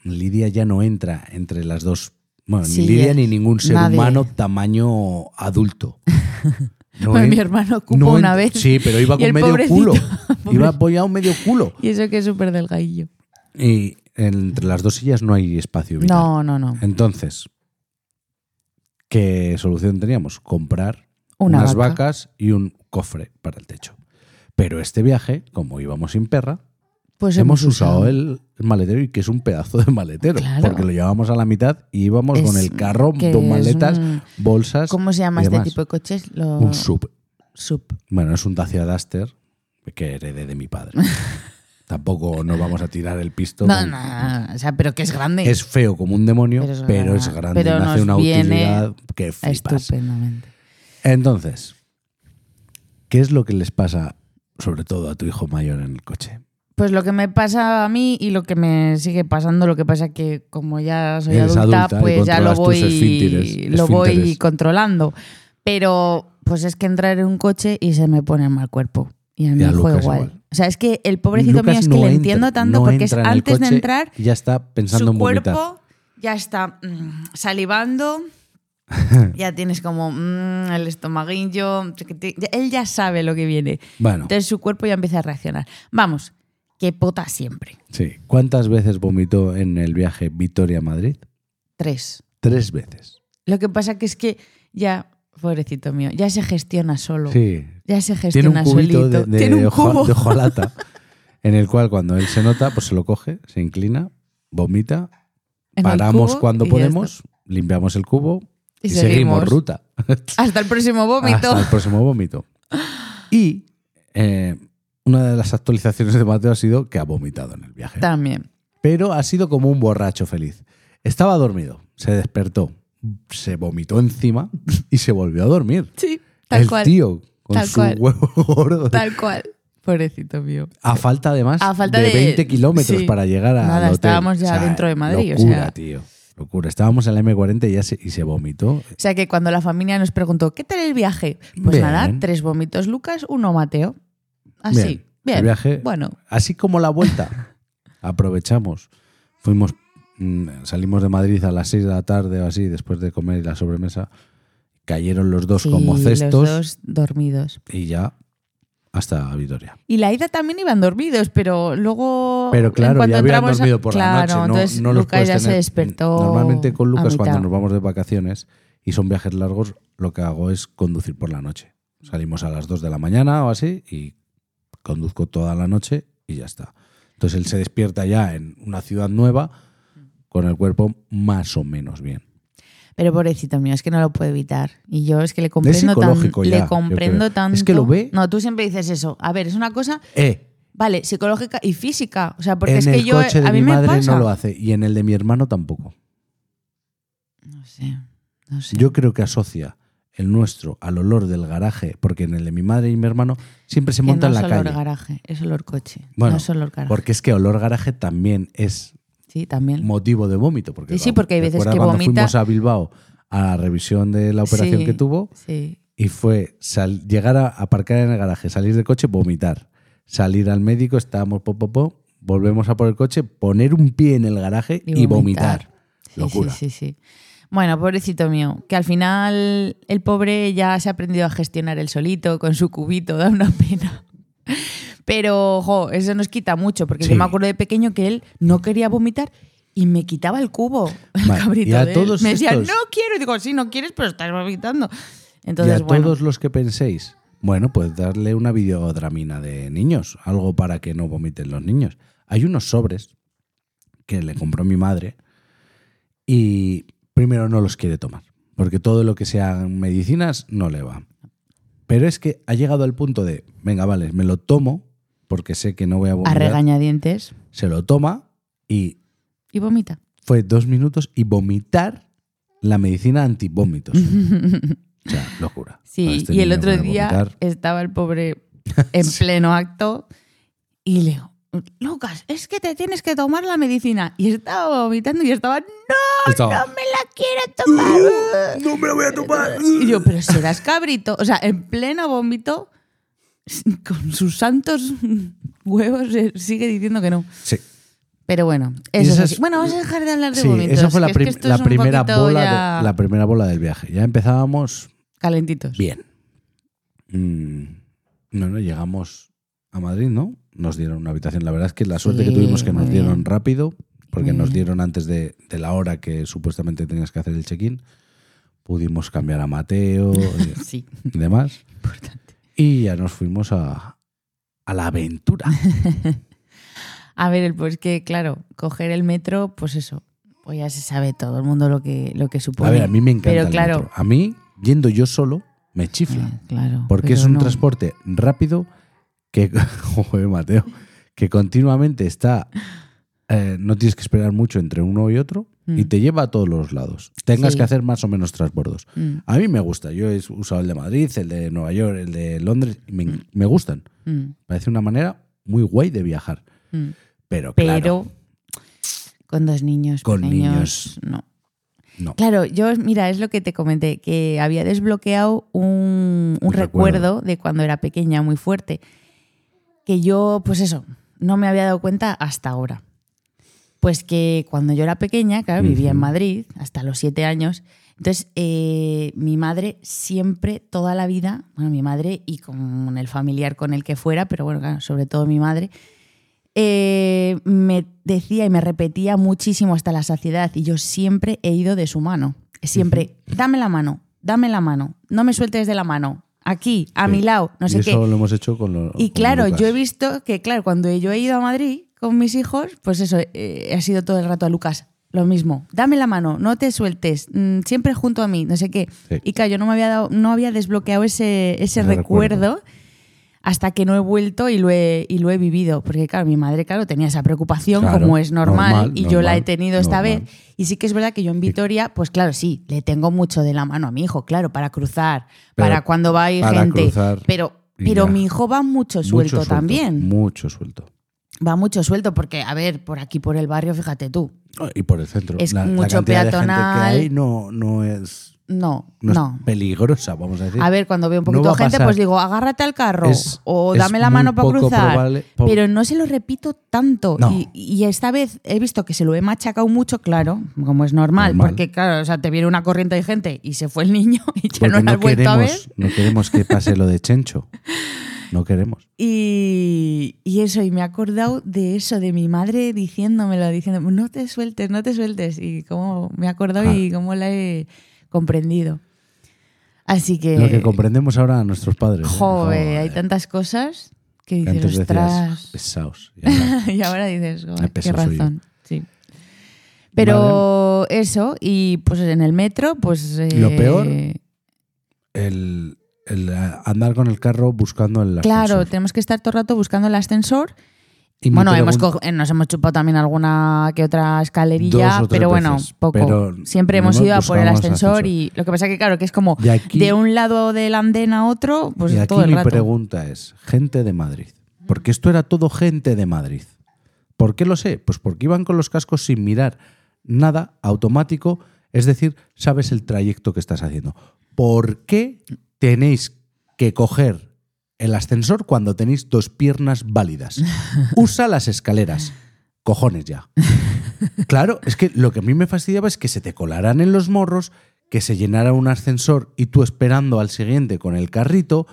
S3: Lidia ya no entra entre las dos. Bueno,
S2: Sí,
S3: ni Lidia
S2: eh,
S3: ni ningún ser
S2: nadie.
S3: humano tamaño adulto. No
S2: Bueno,
S3: en-
S2: mi hermano ocupó
S3: no
S2: una
S3: en-
S2: vez.
S3: Sí, pero iba
S2: Y
S3: con
S2: el
S3: medio
S2: pobrecito,
S3: culo. Iba
S2: pobre-
S3: apoyado medio culo.
S2: Y eso que es súper delgadillo.
S3: Y entre las dos sillas no hay espacio. vital.
S2: No, no, no.
S3: Entonces, ¿qué solución teníamos? Comprar
S2: Una
S3: unas
S2: vaca.
S3: vacas y un cofre para el techo. Pero este viaje, como íbamos sin perra,
S2: Pues
S3: hemos usado el el maletero y que es un pedazo de maletero,
S2: Claro.
S3: porque lo llevábamos a la mitad y íbamos con
S2: Es
S3: el carro,
S2: que
S3: dos
S2: es
S3: maletas,
S2: un-
S3: bolsas.
S2: ¿Cómo se llama
S3: y
S2: este
S3: demás.
S2: tipo de coches? Lo-
S3: Un sub.
S2: sub.
S3: Bueno, es un Dacia Duster que heredé de mi padre. Tampoco nos vamos a tirar el pisto.
S2: No, no,
S3: con-
S2: no, no, o sea, pero que es grande.
S3: Es feo como un demonio,
S2: Pero es
S3: pero
S2: grande.
S3: es grande.
S2: Pero
S3: y hace
S2: nos
S3: una
S2: viene
S3: utilidad que
S2: Ah,
S3: flipas.
S2: Estupendamente.
S3: Entonces, ¿qué es lo que les pasa sobre todo a tu hijo mayor en el coche?
S2: Pues lo que me pasa a mí y lo que me sigue pasando, lo que pasa que como ya soy
S3: Eres
S2: adulta,
S3: adulta y
S2: pues ya lo
S3: controlas tus
S2: voy,
S3: esfínteres,
S2: lo voy
S3: esfínteres.
S2: controlando. Pero pues es que entrar en un coche y se me pone mal cuerpo. Y a mi
S3: Y a
S2: hijo
S3: Lucas
S2: igual.
S3: igual.
S2: O sea, es que el pobrecito
S3: Lucas
S2: mío es que
S3: no
S2: le
S3: entra-
S2: entiendo tanto
S3: no
S2: porque es
S3: entra en el
S2: antes de
S3: coche
S2: entrar,
S3: y Ya está pensando
S2: su
S3: en vomitar.
S2: cuerpo ya está mm, salivando. Ya tienes como mm, el estomaguillo. chiquitín. Ya- Él ya sabe lo que viene.
S3: Bueno,
S2: Entonces su cuerpo ya empieza a reaccionar. Vamos, que pota siempre.
S3: sí. ¿Cuántas veces vomitó en el viaje Vitoria-Madrid?
S2: Tres.
S3: Tres veces.
S2: Lo que pasa que es que ya, pobrecito mío, ya se gestiona solo.
S3: Sí.
S2: Ya se
S3: Tiene un
S2: gestiona
S3: cubito de,
S2: solito.
S3: de,
S2: Tiene un
S3: de ojo-
S2: cubo.
S3: de hojalata en el cual cuando él se nota, pues se lo coge, se inclina, vomita,
S2: en el
S3: paramos
S2: cubo
S3: cuando
S2: y ya
S3: podemos, limpiamos el cubo
S2: Y
S3: y, seguimos.
S2: seguimos.
S3: ruta.
S2: está. Hasta el próximo vómito.
S3: Hasta el próximo vómito. Y eh, una de las actualizaciones de Mateo ha sido que ha vomitado en el viaje.
S2: También.
S3: Pero ha sido como un borracho feliz. Estaba dormido, se despertó, se vomitó encima y se volvió a dormir.
S2: Sí, tal
S3: el
S2: cual.
S3: tío con
S2: Tal
S3: su
S2: cual.
S3: huevo gordo.
S2: Tal cual. Pobrecito mío.
S3: A falta además
S2: A falta
S3: de,
S2: de-
S3: 20 kilómetros
S2: sí.
S3: para llegar a.
S2: Nada, estábamos ya dentro de Madrid, o
S3: Locura,
S2: sea.
S3: tío. Locura. Estábamos en la M40 y, ya se, y se vomitó.
S2: O sea que cuando la familia nos preguntó, ¿qué tal el viaje? Pues
S3: Bien.
S2: nada, tres vómitos Lucas, uno Mateo. Así.
S3: Bien.
S2: Ah, Bien.
S3: El viaje-
S2: Bueno,
S3: Así como la vuelta. aprovechamos. Fuimos. mm, Salimos de Madrid a las 6 de la tarde o así, después de comer la sobremesa. Cayeron los dos
S2: sí,
S3: como
S2: los
S3: cestos
S2: dos dormidos.
S3: y ya hasta Vitoria.
S2: Y la ida también iban dormidos, pero luego.
S3: Pero claro,
S2: en cuanto
S3: ya habían
S2: entramos a-
S3: dormido por
S2: claro,
S3: la noche. No,
S2: entonces
S3: no los
S2: Lucas
S3: puedes
S2: ya se
S3: tener.
S2: despertó.
S3: Normalmente con
S2: a
S3: Lucas, cuando
S2: mitad.
S3: nos vamos de vacaciones y son viajes largos, lo que hago es conducir por la noche. Salimos a las 2 de la mañana o así y conduzco toda la noche y ya está. Entonces él se despierta ya en una ciudad nueva con el cuerpo más o menos bien.
S2: Pero pobrecito mío, es que no lo puedo evitar. Y yo es que le comprendo
S3: psicológico
S2: tanto.
S3: ya,
S2: Le
S3: yo
S2: comprendo
S3: creo.
S2: tanto.
S3: Es que lo ve.
S2: No, tú siempre dices eso. A ver, es una cosa,
S3: Eh,
S2: vale, psicológica y física. O sea, porque
S3: en
S2: es que
S3: el
S2: yo. eh,
S3: coche de
S2: a mí
S3: mi
S2: me
S3: madre
S2: pasa.
S3: no lo hace y en el de mi hermano tampoco.
S2: No sé. No sé.
S3: Yo creo que asocia el nuestro al olor del garaje, porque en el de mi madre y mi hermano siempre se
S2: Que no
S3: monta en la
S2: es olor
S3: calle.
S2: garaje, es olor coche.
S3: Bueno,
S2: no es olor garaje.
S3: Porque es que olor garaje también es
S2: sí, también.
S3: motivo de vómito. Porque,
S2: Sí, sí, porque hay veces
S3: ¿recuerdas
S2: que
S3: cuando
S2: vomita-
S3: fuimos a Bilbao a la revisión de la operación
S2: Sí,
S3: que tuvo
S2: Sí.
S3: y fue sal- llegar a aparcar en el garaje, salir del coche, vomitar. Salir al médico, estábamos po, po, po, volvemos a por el coche, poner un pie en el garaje y, vomitar.
S2: Sí,
S3: Locura.
S2: Sí, sí, sí. Bueno, pobrecito mío, que al final el pobre ya se ha aprendido a gestionar el solito con su cubito, da una pena. Pero, ojo, eso nos quita mucho, porque
S3: Sí.
S2: yo me acuerdo de pequeño que él no quería vomitar y me quitaba el cubo, el
S3: Vale,
S2: cabrito
S3: y a
S2: de él.
S3: todos
S2: Me decía,
S3: estos-
S2: no quiero. Y digo, sí, no quieres, pero estás vomitando. Entonces,
S3: y a
S2: bueno,
S3: todos los que penséis, bueno, pues darle una videodramina de niños, algo para que no vomiten los niños. Hay unos sobres que le compró mi madre y primero no los quiere tomar, porque todo lo que sean medicinas no le va. Pero es que ha llegado al punto de, venga, vale, me lo tomo porque sé que no voy a
S2: a
S3: vomitar.
S2: regañadientes
S3: Se lo toma y
S2: y vomita.
S3: fue dos minutos y vomitar la medicina antivómitos. O sea, locura.
S2: Sí,
S3: Este
S2: y el
S3: niño
S2: otro
S3: con
S2: día
S3: vomitar.
S2: estaba el pobre en pleno acto y le digo, Lucas, es que te tienes que tomar la medicina. Y estaba vomitando y estaba, no,
S3: Estaba-
S2: no me ¡Ah, la quiero tomar.
S3: No me la voy a tomar.
S2: Y yo, pero serás cabrito. O sea, en pleno vómito, con sus santos huevos, eh, sigue diciendo que no.
S3: Sí,
S2: Pero bueno,
S3: Y
S2: eso es
S3: esa
S2: así.
S3: es-
S2: Bueno, vamos a dejar de hablar de
S3: sí,
S2: vómitos.
S3: esa fue la,
S2: que es que
S3: prim-
S2: esto
S3: la
S2: es un
S3: primera
S2: poquito
S3: bola
S2: ya
S3: de- la primera bola del viaje. Ya empezábamos
S2: Calentitos.
S3: bien. Mm, no, no, llegamos a Madrid, ¿no? Nos dieron una habitación. La verdad es que la suerte
S2: Sí,
S3: que
S2: Mm.
S3: tuvimos que
S2: muy
S3: nos dieron
S2: bien.
S3: rápido, porque
S2: Muy
S3: nos
S2: bien.
S3: dieron antes de, de la hora que supuestamente tenías que hacer el check-in. Pudimos cambiar a Mateo y-
S2: Sí,
S3: y demás.
S2: importante.
S3: Y ya nos fuimos a, a la aventura.
S2: A ver, el- pues que, claro, coger el metro, pues eso, pues ya se sabe todo el mundo lo que, lo que supone.
S3: A ver, a mí me encanta.
S2: Pero
S3: el
S2: claro,
S3: metro. A mí, yendo yo solo, me chifla.
S2: eh, claro.
S3: Porque
S2: pero
S3: es un
S2: no.
S3: transporte rápido que, joder, Mateo, que continuamente está, eh, no tienes que esperar mucho entre uno y otro.
S2: Mm.
S3: y te lleva a todos los lados. Tengas
S2: Sí.
S3: que hacer más o menos transbordos.
S2: Mm,
S3: A mí me gusta. Yo he usado el de Madrid, el de Nueva York, el de Londres. y Me, me gustan.
S2: mm,
S3: Parece una manera muy guay de viajar.
S2: mm.
S3: Pero,
S2: Pero
S3: claro,
S2: con dos niños.
S3: Con
S2: pequeños,
S3: niños.
S2: No.
S3: no.
S2: Claro, yo, mira, es lo que te comenté, que había desbloqueado un, un
S3: Un
S2: recuerdo.
S3: recuerdo.
S2: de cuando era pequeña muy fuerte, que yo, pues eso, no me había dado cuenta hasta ahora. Pues que cuando yo era pequeña, claro, vivía en
S3: Ujú.
S2: Madrid hasta los siete años. Entonces, eh, mi madre siempre, toda la vida, bueno, mi madre y con el familiar con el que fuera, pero bueno, claro, sobre todo mi madre, eh, me decía y me repetía muchísimo hasta la saciedad y yo siempre he ido de su mano. Siempre, dame la mano, dame la mano, no me sueltes de la mano, aquí, a
S3: Sí.
S2: mi lado, no
S3: Y
S2: sé
S3: eso
S2: qué.
S3: lo hemos hecho con los.
S2: Y claro, yo he visto que, claro, cuando yo he ido a Madrid con mis hijos, pues eso, eh, ha sido todo el rato a Lucas. Lo mismo, dame la mano, no te sueltes, mm, siempre junto a mí, no sé qué.
S3: Sí.
S2: Y claro, yo no me había dado, no había desbloqueado ese, ese
S3: Ese
S2: recuerdo,
S3: recuerdo.
S2: hasta que no he vuelto y lo he, y lo he vivido. Porque claro, mi madre, claro, tenía esa preocupación,
S3: Claro,
S2: como es normal,
S3: normal,
S2: y yo la he
S3: normal,
S2: tenido esta
S3: normal.
S2: vez. Y sí que es verdad que yo en Vitoria, pues claro, sí, le tengo mucho de la mano a mi hijo, claro, para cruzar,
S3: Pero
S2: para cuando va a ir
S3: para
S2: gente.
S3: cruzar
S2: pero
S3: y
S2: pero
S3: ya.
S2: mi hijo va mucho
S3: Mucho
S2: suelto
S3: suelto,
S2: también.
S3: Mucho suelto.
S2: Va mucho suelto porque, a ver, por aquí, por el barrio, fíjate tú.
S3: Ah, Y por el centro.
S2: Es
S3: la, la
S2: mucho
S3: cantidad de gente
S2: peatonal.
S3: que hay no, no es,
S2: No,
S3: no
S2: no.
S3: es peligrosa, vamos a decir.
S2: A ver, cuando veo un
S3: No
S2: poquito
S3: va a
S2: de gente,
S3: pasar.
S2: pues digo, agárrate al carro
S3: Es-
S2: o
S3: es
S2: dame la
S3: muy
S2: mano para
S3: poco
S2: cruzar.
S3: probable- po-
S2: Pero no se lo repito tanto.
S3: No.
S2: Y, y esta vez he visto que se lo he machacado mucho, claro, como es normal,
S3: Normal.
S2: porque claro, o sea, te viene una corriente de gente y se fue el niño y ya
S3: Porque
S2: no lo has
S3: no,
S2: vuelto a ver.
S3: queremos, no queremos que pase lo de Chencho. No queremos.
S2: Y, y eso, y me he acordado de eso, de mi madre diciéndomelo, diciendo, no te sueltes, no te sueltes. Y cómo me he
S3: Ah.
S2: acordado y cómo la he comprendido. Así que,
S3: Lo que comprendemos ahora a nuestros padres. ¿eh?
S2: Eh, joder, hay
S3: Joder.
S2: tantas cosas que
S3: Que
S2: dices,
S3: antes decías,
S2: ostras.
S3: pesaos. Y ahora,
S2: y ahora dices, "Joder,
S3: Qué
S2: qué
S3: pesado soy yo".
S2: razón. Sí. Pero eso, y pues en el metro, pues...
S3: Lo peor,
S2: eh,
S3: el, el eh, andar con el carro buscando el
S2: Claro,
S3: ascensor.
S2: tenemos que estar todo el rato buscando el ascensor
S3: Y me
S2: Bueno, hemos
S3: pregunto-
S2: coge- eh, nos hemos chupado también alguna que otra escalerilla,
S3: Dos o tres
S2: pero bueno,
S3: veces,
S2: poco.
S3: pero
S2: Siempre
S3: no
S2: hemos
S3: nos
S2: ido a por el
S3: buscamos
S2: ascensor,
S3: ascensor.
S2: y lo que pasa que claro, que es como
S3: Y aquí-
S2: de un lado del andén a otro, pues
S3: y aquí
S2: todo el
S3: mi
S2: rato.
S3: pregunta es, gente de Madrid, porque esto era todo gente de Madrid. ¿Por qué lo sé? Pues porque iban con los cascos sin mirar nada, automático, es decir, sabes el trayecto que estás haciendo. ¿Por qué tenéis que coger el ascensor cuando tenéis dos piernas válidas? Usa las escaleras. Cojones ya. Claro, es que lo que a mí me fastidiaba es que se te colaran en los morros, que se llenara un ascensor y tú esperando al siguiente con el carrito.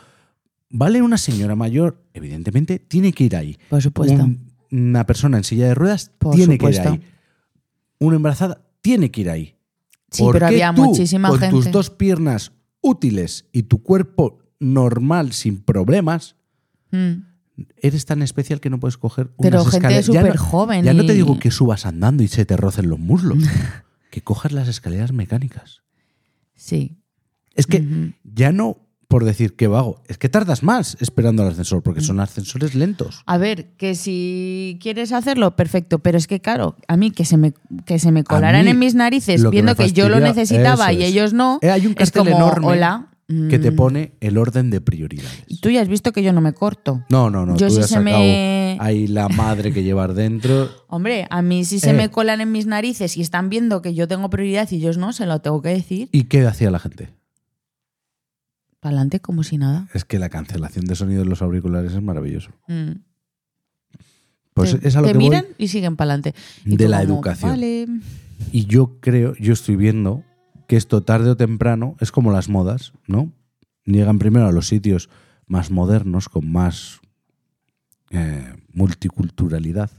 S3: Vale, una señora mayor, evidentemente, tiene que ir ahí.
S2: Por supuesto.
S3: Un- una persona en silla de ruedas
S2: Por
S3: tiene que
S2: supuesto.
S3: ir ahí. Una embarazada tiene que ir ahí.
S2: sí,
S3: ¿Por
S2: pero
S3: qué
S2: había
S3: tú,
S2: muchísima
S3: con
S2: gente.
S3: tus dos piernas útiles y tu cuerpo normal sin problemas,
S2: Mm.
S3: eres tan especial que no puedes coger unas
S2: Pero gente
S3: escaleras. Ya no-
S2: súper joven.
S3: ya no te
S2: y-
S3: digo que subas andando y se te rocen los muslos. que cojas las escaleras mecánicas.
S2: Sí.
S3: Es que
S2: Ujú.
S3: ya no por decir que vago, es que tardas más esperando al ascensor porque
S2: Mm.
S3: son ascensores lentos.
S2: A ver, que si quieres hacerlo, perfecto, pero es que claro, a mí que se me, que se me colaran
S3: mí,
S2: en mis narices
S3: lo que me
S2: viendo que, yo lo
S3: fastidia-
S2: necesitaba
S3: eso
S2: y
S3: es.
S2: ellos no,
S3: Eh, hay un
S2: es
S3: cartel
S2: como,
S3: enorme
S2: hola.
S3: Que te
S2: mm,
S3: pone el orden de prioridades.
S2: Tú ya has visto que yo no me corto.
S3: No, no, no.
S2: Yo
S3: tú
S2: sí
S3: ya has
S2: se me-
S3: sacado ahí la madre que llevar dentro.
S2: Hombre, a mí si se
S3: Eh.
S2: me colan en mis narices y están viendo que yo tengo prioridad y ellos no, se lo tengo que decir.
S3: ¿Y qué hacía la gente?
S2: Para adelante como si nada.
S3: Es que la cancelación de sonido de los auriculares es maravilloso.
S2: Mm.
S3: Pues
S2: te
S3: es a lo
S2: te
S3: que voy
S2: miran y siguen para adelante.
S3: de la educación.
S2: Vale.
S3: Y yo creo, yo estoy viendo que esto tarde o temprano es como las modas, ¿no? Llegan primero a los sitios más modernos, con más eh, multiculturalidad,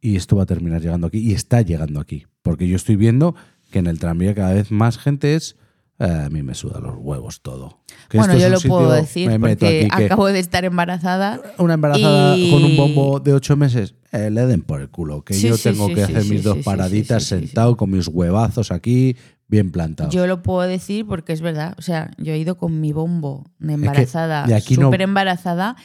S3: y esto va a terminar llegando aquí, y está llegando aquí, porque yo estoy viendo que en el tranvía cada vez más gente es... eh, a mí me suda los huevos todo. Que
S2: Bueno,
S3: esto es
S2: yo
S3: un
S2: lo puedo
S3: sitio-
S2: decir
S3: me meto
S2: porque
S3: aquí que-
S2: acabo de estar embarazada.
S3: una embarazada
S2: Y-
S3: con un bombo de ocho meses, eh, le den por el culo. Que
S2: Sí,
S3: yo
S2: sí,
S3: tengo
S2: sí,
S3: que
S2: sí,
S3: hacer
S2: sí,
S3: mis
S2: sí,
S3: dos
S2: sí,
S3: paraditas
S2: sí, sí, sí,
S3: sentado con mis huevazos aquí, bien plantado.
S2: Yo lo puedo decir porque es verdad. O sea, yo he ido con mi bombo de
S3: que
S2: embarazada,
S3: de aquí no-
S2: súper embarazada,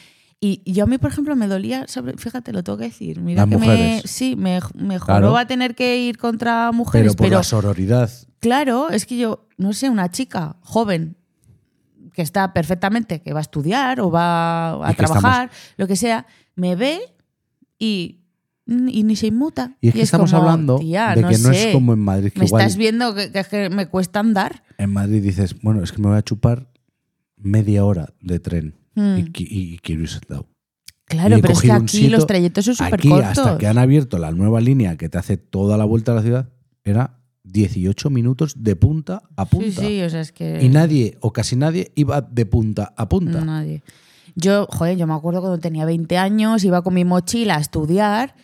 S2: Y yo a mí, por ejemplo, me dolía, sobre- fíjate, lo tengo que decir. Mira
S3: Las
S2: que me-
S3: mujeres.
S2: sí, me, me
S3: Claro.
S2: joroba tener que ir contra mujeres,
S3: Pero
S2: pero,
S3: por la sororidad.
S2: claro, es que yo, no sé, una chica joven que está perfectamente, que va a estudiar o va a
S3: Es que
S2: trabajar, lo que sea, me ve y, y ni se inmuta.
S3: Y es que
S2: es
S3: estamos
S2: como,
S3: hablando
S2: "Tía,
S3: de que no
S2: sé,
S3: es como en Madrid, que
S2: Me
S3: igual
S2: estás viendo que, que es que me cuesta andar.
S3: en Madrid dices, bueno, es que me voy a chupar media hora de tren
S2: Mm.
S3: y, qui- y quiero ir sentado.
S2: Claro,
S3: he
S2: pero es que
S3: cogido un
S2: aquí
S3: sitio-
S2: los trayectos son súper
S3: Aquí, hasta
S2: cortos.
S3: que han abierto la nueva línea que te hace toda la vuelta a la ciudad, era 18 minutos de punta a
S2: Sí,
S3: punta.
S2: sí, o sea, es que.
S3: Y nadie, o casi nadie, iba de punta a punta.
S2: Nadie. Yo, joder, yo me acuerdo cuando tenía 20 años, iba con mi mochila a estudiar.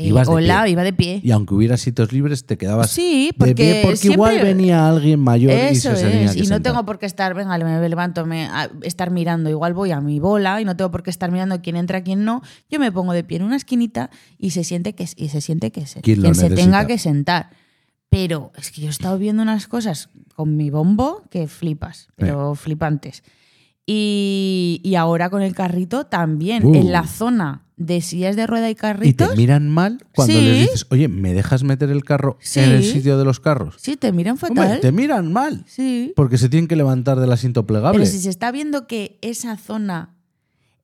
S2: eh,
S3: Ibas de
S2: hola,
S3: pie.
S2: iba de pie.
S3: Y aunque hubiera sitios libres, te quedabas
S2: Sí,
S3: de
S2: porque,
S3: pie porque
S2: siempre-
S3: igual venía alguien mayor y
S2: Eso
S3: se tenía
S2: es.
S3: que
S2: Y no
S3: sentar.
S2: tengo por qué estar, venga, me levanto, me, a- estar mirando. Igual voy a mi bola y no tengo por qué estar mirando quién entra, quién no. Yo me pongo de pie en una esquinita y se siente que, y se, siente que se,
S3: ¿Quién lo
S2: quien se
S3: necesita?
S2: tenga que sentar. Pero es que yo he estado viendo unas cosas con mi bombo que flipas, pero flipantes. Y, y ahora con el carrito también,
S3: Uh.
S2: en la zona de sillas de rueda y
S3: Y te
S2: carritos.
S3: miran mal cuando
S2: Sí.
S3: les dices, oye, ¿me dejas meter el carro
S2: Sí.
S3: en el sitio de los carros?
S2: sí, te miran fatal.
S3: Hombre, te miran mal.
S2: sí.
S3: Porque se tienen que levantar del asiento plegable.
S2: Pero si se está viendo que esa zona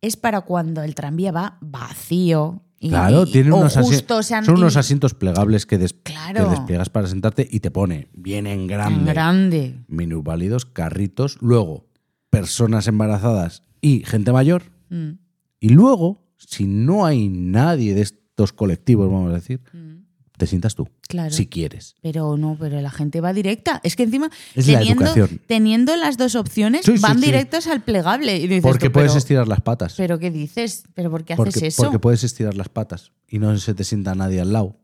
S2: es para cuando el tranvía va vacío. y-
S3: claro,
S2: y-
S3: tienen
S2: o
S3: unos, asi-
S2: justo se han-
S3: son unos
S2: y-
S3: asientos plegables que, des-
S2: Claro.
S3: que despliegas para sentarte y te pone bien
S2: tan
S3: en grande.
S2: grande.
S3: Minusválidos, carritos, luego personas embarazadas y gente mayor.
S2: Mm,
S3: Y luego, si no hay nadie de estos colectivos, vamos a decir,
S2: mm,
S3: te sientas tú,
S2: claro.
S3: si quieres.
S2: Pero no, pero la gente va directa. Es que encima,
S3: Es la
S2: teniendo,
S3: educación.
S2: teniendo las dos opciones,
S3: Sí, sí,
S2: van
S3: sí.
S2: directas al plegable. Y dices
S3: Porque
S2: tú,
S3: puedes
S2: pero,
S3: estirar las patas.
S2: ¿Pero qué dices? ¿Pero por qué haces
S3: porque,
S2: eso?
S3: porque puedes estirar las patas y no se te sienta nadie al lado.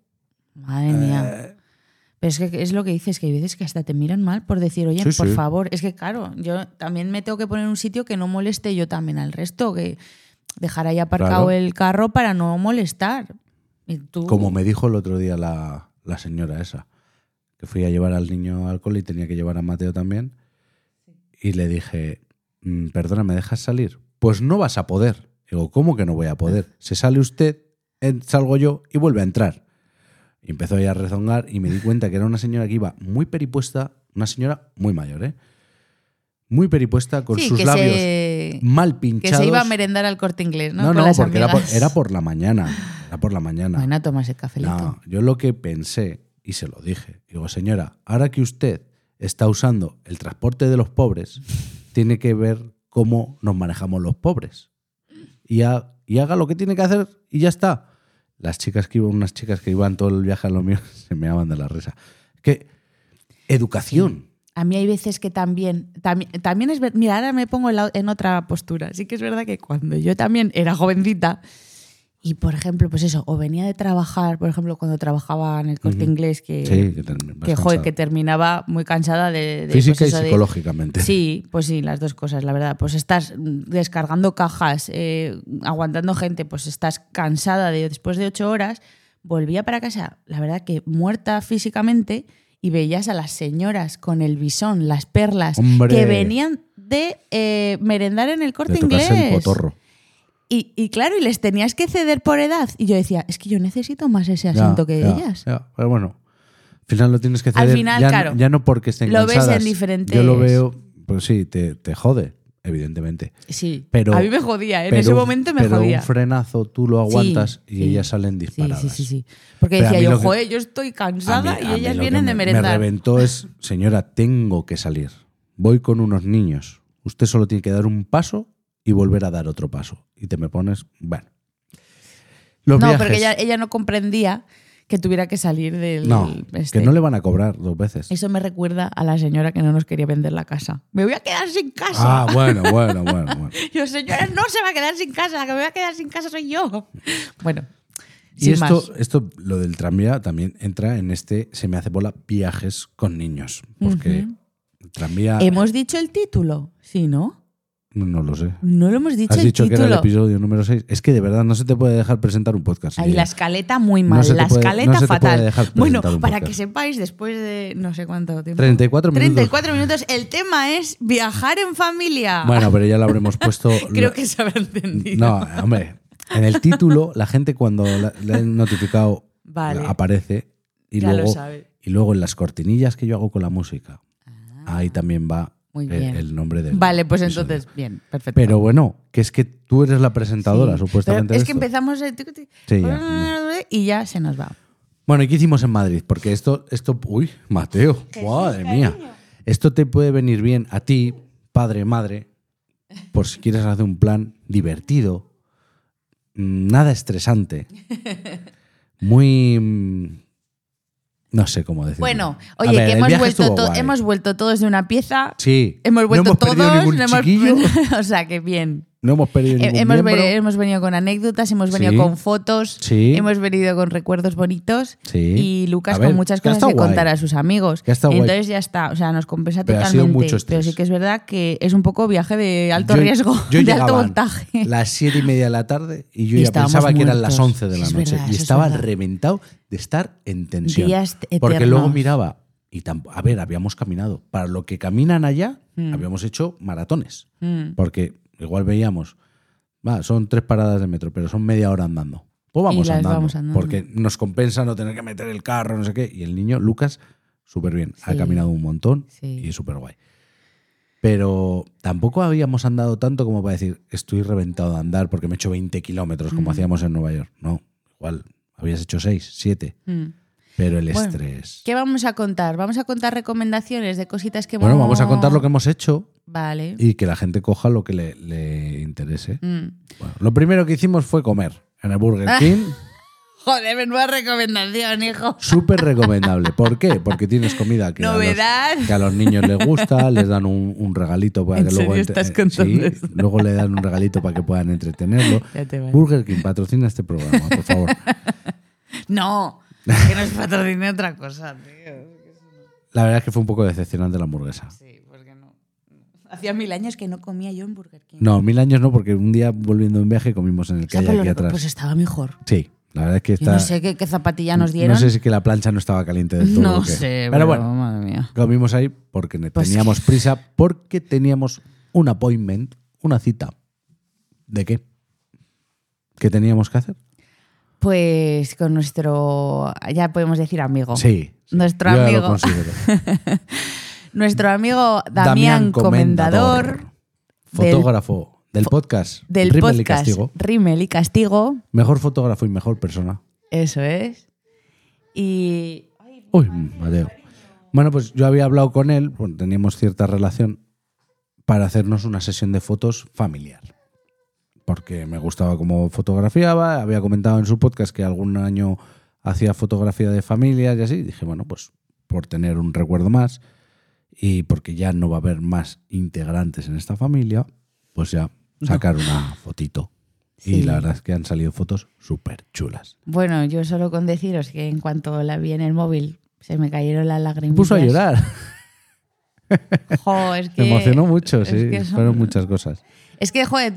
S2: Madre mía.
S3: Eh.
S2: Pero es que es lo que dices, que hay veces que hasta te miran mal por decir, oye,
S3: Sí,
S2: por
S3: sí.
S2: favor, es que claro, yo también me tengo que poner en un sitio que no moleste yo también al resto, que dejar ahí aparcado
S3: Claro.
S2: el carro para no molestar. Y tú,
S3: Como me dijo el otro día la, la señora esa, que fui a llevar al niño alcohol y tenía que llevar a Mateo también. Y le dije, "Mm, perdona, ¿me dejas salir? Pues no vas a poder. Digo, ¿cómo que no voy a poder? Se sale usted, en- salgo yo y vuelve a entrar. Y empezó ella a rezongar y me di cuenta que era una señora que iba muy peripuesta, una señora muy mayor, ¿eh? Muy peripuesta, con
S2: Sí,
S3: sus
S2: que
S3: labios
S2: se,
S3: mal
S2: que
S3: pinchados.
S2: se iba a merendar al corte inglés, ¿no?
S3: No,
S2: Con
S3: no,
S2: las
S3: porque era por,
S2: amigas.
S3: era por la mañana. Era por la mañana.
S2: Bueno, a tomarse el cafelito.
S3: No, yo lo que pensé, y se lo dije, digo, señora, ahora que usted está usando el transporte de los pobres, tiene que ver cómo nos manejamos los pobres. Y, ha- y haga lo que tiene que hacer y ya está. Las chicas que iban, unas chicas que iban todo el viaje a lo mío, se me daban de la risa. Que educación.
S2: A mí hay veces que también, también, también es ver- mira, ahora me pongo en, la- en otra postura. Sí que es verdad que cuando yo también era jovencita y, por ejemplo, pues eso, o venía de trabajar, por ejemplo, cuando trabajaba en el corte
S3: Ujú.
S2: inglés, que,
S3: Sí, que, term- vas
S2: que, joder,
S3: cansada.
S2: que terminaba muy cansada de... de, pues
S3: Física y
S2: eso de-
S3: psicológicamente.
S2: Sí, pues sí, las dos cosas, la verdad. Pues estás mm, descargando cajas, eh, aguantando gente, pues estás cansada de después de ocho horas. Volvía para casa, la verdad que muerta físicamente, y veías a las señoras con el bisón, las perlas,
S3: Hombre.
S2: que venían de eh, merendar en el corte
S3: de tocarse el
S2: inglés.
S3: cotorro.
S2: Y, y claro, y les tenías que ceder por edad. Y yo decía, es que yo necesito más ese
S3: Ya,
S2: asiento que
S3: ya,
S2: ellas.
S3: ya. Pero bueno, al final lo tienes que
S2: Al
S3: ceder.
S2: final,
S3: ya,
S2: claro.
S3: ya no porque estén
S2: Lo ves en
S3: cansadas.
S2: diferentes-
S3: Yo lo veo, pues sí, te, te jode, evidentemente.
S2: Sí,
S3: Pero-
S2: a mí me jodía, ¿eh? en
S3: Pero
S2: ese
S3: un-
S2: momento me
S3: pero
S2: jodía.
S3: un frenazo tú lo
S2: Sí,
S3: aguantas y
S2: sí.
S3: ellas salen
S2: Sí,
S3: disparadas.
S2: Sí, sí, sí. Porque
S3: Pero a
S2: decía
S3: mí
S2: yo,
S3: lo que-
S2: joder, yo estoy
S3: A mí-
S2: cansada
S3: a
S2: y
S3: mí
S2: ellas
S3: lo que
S2: vienen de
S3: me- Me
S2: merendar.
S3: reventó es, señora, tengo que salir. Voy con unos niños. Usted solo tiene que dar un paso y volver a dar otro paso. Y te me pones, bueno. Los
S2: no,
S3: viajes.
S2: porque ella, ella no comprendía que tuviera que salir del.
S3: no,
S2: este.
S3: que no le van a cobrar dos veces.
S2: Eso me recuerda a la señora que no nos quería vender la casa. Me voy a quedar sin casa.
S3: Ah, bueno, bueno, bueno, bueno.
S2: Yo, señora, no se va a quedar sin casa. La que me voy a quedar sin casa soy yo. Bueno,
S3: Y
S2: sin
S3: esto,
S2: más.
S3: esto, lo del tranvía también entra en este se me hace bola viajes con niños. Porque el tranvía.
S2: ¿Hemos dicho el título? Sí, ¿no?
S3: No, no lo sé.
S2: No lo hemos dicho
S3: Has
S2: el
S3: dicho que
S2: título.
S3: era el episodio número 6. Es que de verdad no se te puede dejar presentar un podcast.
S2: Ahí
S3: Lidia.
S2: la escaleta muy
S3: No
S2: mal,
S3: se te
S2: la
S3: puede-
S2: escaleta
S3: no se te puede
S2: fatal.
S3: dejar
S2: Bueno,
S3: presentar un
S2: para que
S3: podcast.
S2: sepáis, después de no sé cuánto tiempo.
S3: 34 minutos.
S2: 34 minutos. El tema es viajar en familia.
S3: Bueno, pero ya lo habremos puesto.
S2: Creo
S3: lo-
S2: que se habrá entendido.
S3: No, hombre. En el título, la gente cuando la- le han notificado
S2: Vale.
S3: aparece. Ah, Y
S2: Ya lo
S3: luego,
S2: sabe.
S3: y luego en las cortinillas que yo hago con la música. ahí también va
S2: Ah. Muy
S3: el,
S2: bien.
S3: el nombre del.
S2: Vale, pues
S3: episodio.
S2: entonces, bien, perfecto.
S3: Pero bueno, que es que tú eres la presentadora,
S2: Sí.
S3: supuestamente.
S2: Pero es
S3: de
S2: que
S3: esto.
S2: empezamos eh, tuc, tuc,
S3: Sí, ya.
S2: y ya se nos va.
S3: Bueno, ¿y qué hicimos en Madrid? Porque esto, esto, uy, Mateo, madre mía. Esto te puede venir bien a ti, padre, madre, por si quieres hacer un plan divertido, mm, nada estresante, muy, mm, no sé cómo decirlo.
S2: Bueno,
S3: A
S2: oye,
S3: ver,
S2: que
S3: el
S2: hemos
S3: viaje
S2: vuelto,
S3: estuvo
S2: to-
S3: guay.
S2: hemos vuelto todos de una pieza.
S3: sí,
S2: Hemos vuelto
S3: no hemos perdido
S2: todos.
S3: ningún
S2: no hemos-
S3: chiquillo,
S2: o sea, que bien.
S3: no hemos perdido
S2: Eh,
S3: ningún
S2: Hemos,
S3: miembro.
S2: ve- hemos venido con anécdotas, hemos venido
S3: Sí.
S2: con fotos,
S3: Sí.
S2: hemos venido con recuerdos bonitos
S3: Sí.
S2: y Lucas
S3: A ver,
S2: con muchas
S3: que ha
S2: cosas
S3: estado
S2: que contar
S3: guay.
S2: a sus amigos.
S3: Que ha estado guay.
S2: Entonces ya está, o sea, nos compensa
S3: Pero ha
S2: totalmente.
S3: sido mucho estrés.
S2: pero sí que es verdad que es un poco viaje de alto
S3: Yo-
S2: riesgo,
S3: yo
S2: de alto
S3: llegaban
S2: voltaje.
S3: Las siete y media de la tarde y yo
S2: Y
S3: ya
S2: estábamos
S3: pensaba que eran las
S2: muertos.
S3: 11 de
S2: Sí,
S3: la
S2: es
S3: noche
S2: verdad,
S3: y
S2: eso es
S3: estaba
S2: verdad.
S3: reventado de estar en tensión.
S2: Días
S3: porque
S2: eternos.
S3: luego miraba y tampoco, a ver, habíamos caminado. Para lo que caminan allá,
S2: Hmm.
S3: habíamos hecho maratones.
S2: Mm.
S3: Porque igual veíamos, va, son tres paradas de metro, pero son media hora andando. Pues vamos,
S2: las
S3: andando,
S2: vamos andando.
S3: Porque nos compensa no tener que meter el carro, no sé qué. Y el niño, Lucas, súper bien. Ha
S2: Sí.
S3: caminado un montón
S2: Sí.
S3: y súper guay. Pero tampoco habíamos andado tanto como para decir, estoy reventado de andar porque me he hecho 20 kilómetros
S2: Mm.
S3: como hacíamos en Nueva York. No, igual, habías hecho 6, 7.
S2: Mm.
S3: Pero el
S2: Bueno,
S3: estrés.
S2: ¿Qué vamos a contar? Vamos a contar recomendaciones de cositas que
S3: Bueno, vamos a contar lo que hemos hecho
S2: Vale.
S3: y que la gente coja lo que le, le interese.
S2: Mm.
S3: Bueno, lo primero que hicimos fue comer en el
S2: Ah.
S3: Burger King.
S2: Joder, menuda recomendación, hijo.
S3: Súper recomendable. ¿Por qué? Porque tienes comida que, a los-
S2: Novedad.
S3: que A, los, niños les gusta, les dan un, un regalito para
S2: ¿En
S3: que luego
S2: serio estás contando
S3: sí,
S2: esto?
S3: luego le dan un regalito para que puedan entretenerlo.
S2: Ya te vale.
S3: Burger King patrocina este programa, por favor.
S2: No, que nos patrocine otra cosa, tío.
S3: La verdad es que fue un poco decepcionante la hamburguesa.
S2: Sí, porque no. Hacía mil años que no comía yo en Burger King.
S3: No, mil años no, porque un día volviendo de un viaje comimos en el
S2: O
S3: que
S2: sea,
S3: hay
S2: pues
S3: aquí
S2: lo-
S3: atrás.
S2: Pues estaba mejor.
S3: Sí, la verdad es que
S2: yo
S3: está.
S2: no sé qué, qué zapatilla nos dieron.
S3: no sé si que la plancha no estaba caliente del todo.
S2: No
S3: o qué.
S2: sé,
S3: pero bueno,
S2: madre mía.
S3: Comimos ahí porque ne-
S2: Pues
S3: teníamos prisa, porque teníamos un appointment, una cita. ¿De qué? ¿Qué teníamos que hacer?
S2: Pues con nuestro, ya podemos decir amigo.
S3: Sí. sí,
S2: Oh. Nuestro
S3: yo ya
S2: amigo.
S3: Lo considero.
S2: Nuestro amigo
S3: Damián
S2: Damián, Comendador,
S3: Comendador, Fotógrafo del podcast.
S2: del
S3: Rimmel y
S2: podcast
S3: Castigo.
S2: Rimmel y Castigo.
S3: Mejor fotógrafo y mejor persona.
S2: Eso es. Y.
S3: Uy, Mateo. Bueno, pues yo había hablado con él, bueno, teníamos cierta relación, para hacernos una sesión de fotos familiar. Porque me gustaba cómo fotografiaba, había comentado en su podcast que algún año hacía fotografía de familias y así. y dije, bueno, pues por tener un recuerdo más y porque ya no va a haber más integrantes en esta familia, pues ya sacar una fotito. Y
S2: Sí.
S3: la verdad es que han salido fotos súper chulas.
S2: Bueno, yo solo con deciros que en cuanto la vi en el móvil se me cayeron las lágrimas.
S3: Puso a llorar.
S2: Jo, es que,
S3: Se emocionó mucho,
S2: es
S3: sí.
S2: que son-
S3: Fueron muchas cosas.
S2: Es que, joder,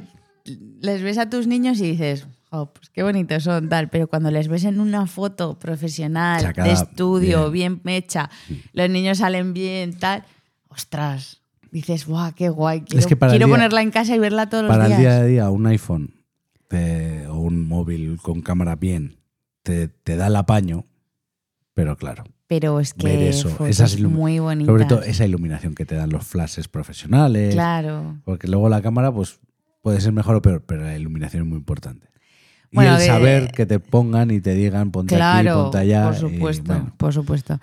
S2: les ves a tus niños y dices, jo, pues qué bonitos son, tal. Pero cuando les ves en una foto profesional,
S3: Sacada
S2: de estudio, bien, hecha, los niños salen bien, tal, ostras. Dices, guau, qué guay. Quiero,
S3: que para el
S2: quiero
S3: día-
S2: ponerla en casa y verla todos
S3: Para
S2: los
S3: el
S2: días.
S3: día a día, un iPhone te- o un móvil con cámara bien te, te da el apaño, pero claro,
S2: Pero es
S3: ver
S2: que
S3: eso,
S2: fotos
S3: esas ilumi-
S2: muy bonitas.
S3: sobre todo esa iluminación que te dan los flashes profesionales,
S2: Claro.
S3: porque luego la cámara pues puede ser mejor o peor, pero la iluminación es muy importante.
S2: Bueno,
S3: y el
S2: que-
S3: saber que te pongan y te digan ponte aquí,
S2: Claro,
S3: ponte allá.
S2: por
S3: y,
S2: supuesto,
S3: bueno,
S2: por supuesto.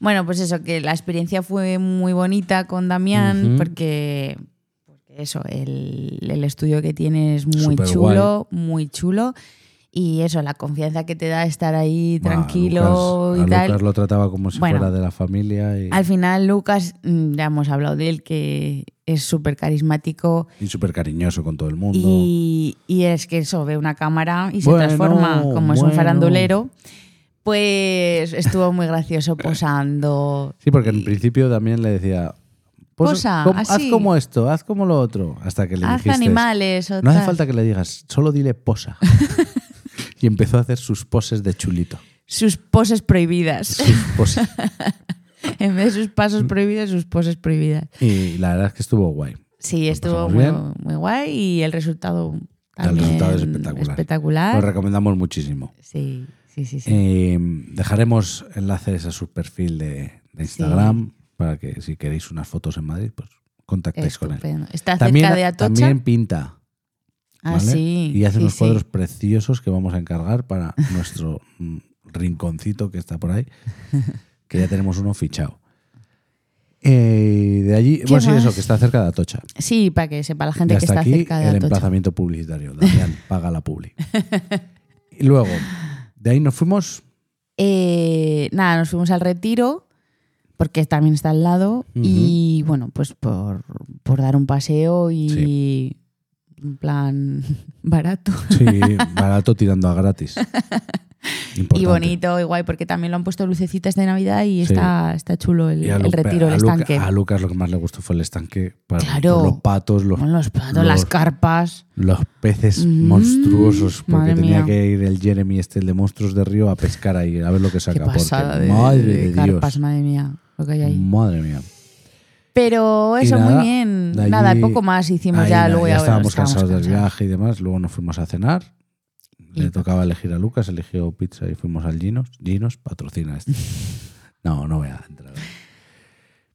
S2: Bueno, pues eso, que la experiencia fue muy bonita con Damián,
S3: Ujú.
S2: porque, porque eso, el, el estudio que tiene es muy
S3: Superguay.
S2: chulo, muy chulo. Y eso, la confianza que te da estar ahí
S3: a
S2: tranquilo
S3: Lucas- a
S2: y tal.
S3: Lucas lo trataba como si
S2: Bueno.
S3: fuera de la familia y,
S2: Al final, Lucas, mm, ya hemos hablado de él, que es súper carismático
S3: y súper cariñoso con todo el mundo.
S2: y, y es que eso, ve una cámara y
S3: Bueno,
S2: se transforma, como es un
S3: bueno.
S2: farandulero. Pues estuvo muy gracioso posando.
S3: Sí, porque en principio también le decía, Pues,
S2: cosa,
S3: com-
S2: así.
S3: Haz como esto, haz como lo otro. Hasta que le
S2: Haz
S3: dijiste,
S2: animales o
S3: No hace
S2: tal.
S3: falta que le digas, solo dile posa. y empezó a hacer sus poses de chulito.
S2: Sus poses prohibidas.
S3: Sus poses.
S2: en vez de sus
S3: Mm.
S2: pasos prohibidos, sus poses prohibidas.
S3: Y la verdad es que estuvo guay.
S2: Sí, estuvo
S3: pasamos
S2: muy,
S3: bien.
S2: muy guay y el resultado
S3: El
S2: también
S3: resultado es espectacular.
S2: espectacular.
S3: Lo recomendamos muchísimo.
S2: Sí, sí, Ah. sí. sí.
S3: Eh, dejaremos enlaces a su perfil de, de Instagram para que si queréis unas fotos en Madrid, pues contactéis con él.
S2: Estupendo. Está
S3: También,
S2: cerca de Atocha.
S3: también pinta.
S2: ah,
S3: ¿vale?
S2: sí.
S3: Y hace
S2: sí,
S3: unos
S2: sí.
S3: cuadros preciosos que vamos a encargar para nuestro mm, rinconcito que está por ahí, que ya tenemos uno fichado. Eh, de allí,
S2: ¿Qué
S3: bueno, sí, eso,
S2: más?
S3: que está cerca de Atocha.
S2: Sí, para que sepa la gente
S3: Y
S2: que
S3: hasta
S2: está
S3: aquí
S2: cerca de
S3: el
S2: Atocha.
S3: emplazamiento publicitario. Damián, paga la publi. Y luego, de ahí nos fuimos.
S2: Eh, nada, nos fuimos al retiro, porque también está al lado, y bueno, pues por, por dar un paseo y un plan barato
S3: Sí, barato tirando a gratis.
S2: y
S3: Importante.
S2: bonito y guay, porque también lo han puesto lucecitas de Navidad y
S3: Sí.
S2: está, está chulo el,
S3: Y a
S2: el
S3: Luca-
S2: retiro, el
S3: a Luca-
S2: estanque.
S3: a Lucas lo que más le gustó fue el estanque. Para,
S2: Claro.
S3: por los patos, los
S2: Con los platos, las
S3: los-
S2: carpas.
S3: Los peces
S2: Mm,
S3: monstruosos, porque
S2: madre
S3: tenía
S2: mía.
S3: que ir el Jeremy este, el de monstruos de río, a pescar ahí, a ver lo que
S2: Qué
S3: saca. porque,
S2: pasada de,
S3: madre
S2: de
S3: de Dios.
S2: carpas, madre mía, lo que hay ahí.
S3: Madre mía.
S2: Pero
S3: Y
S2: eso,
S3: nada,
S2: muy bien.
S3: de allí-
S2: Nada, poco más hicimos
S3: Ahí
S2: ya,
S3: nada,
S2: luego ya,
S3: ya
S2: bueno,
S3: estábamos cansados del
S2: cansados.
S3: viaje y demás. Luego nos fuimos a cenar.
S2: Y
S3: Le tocaba elegir a Lucas, eligió pizza y fuimos al Ginos. Ginos patrocina este. No, no voy a entrar.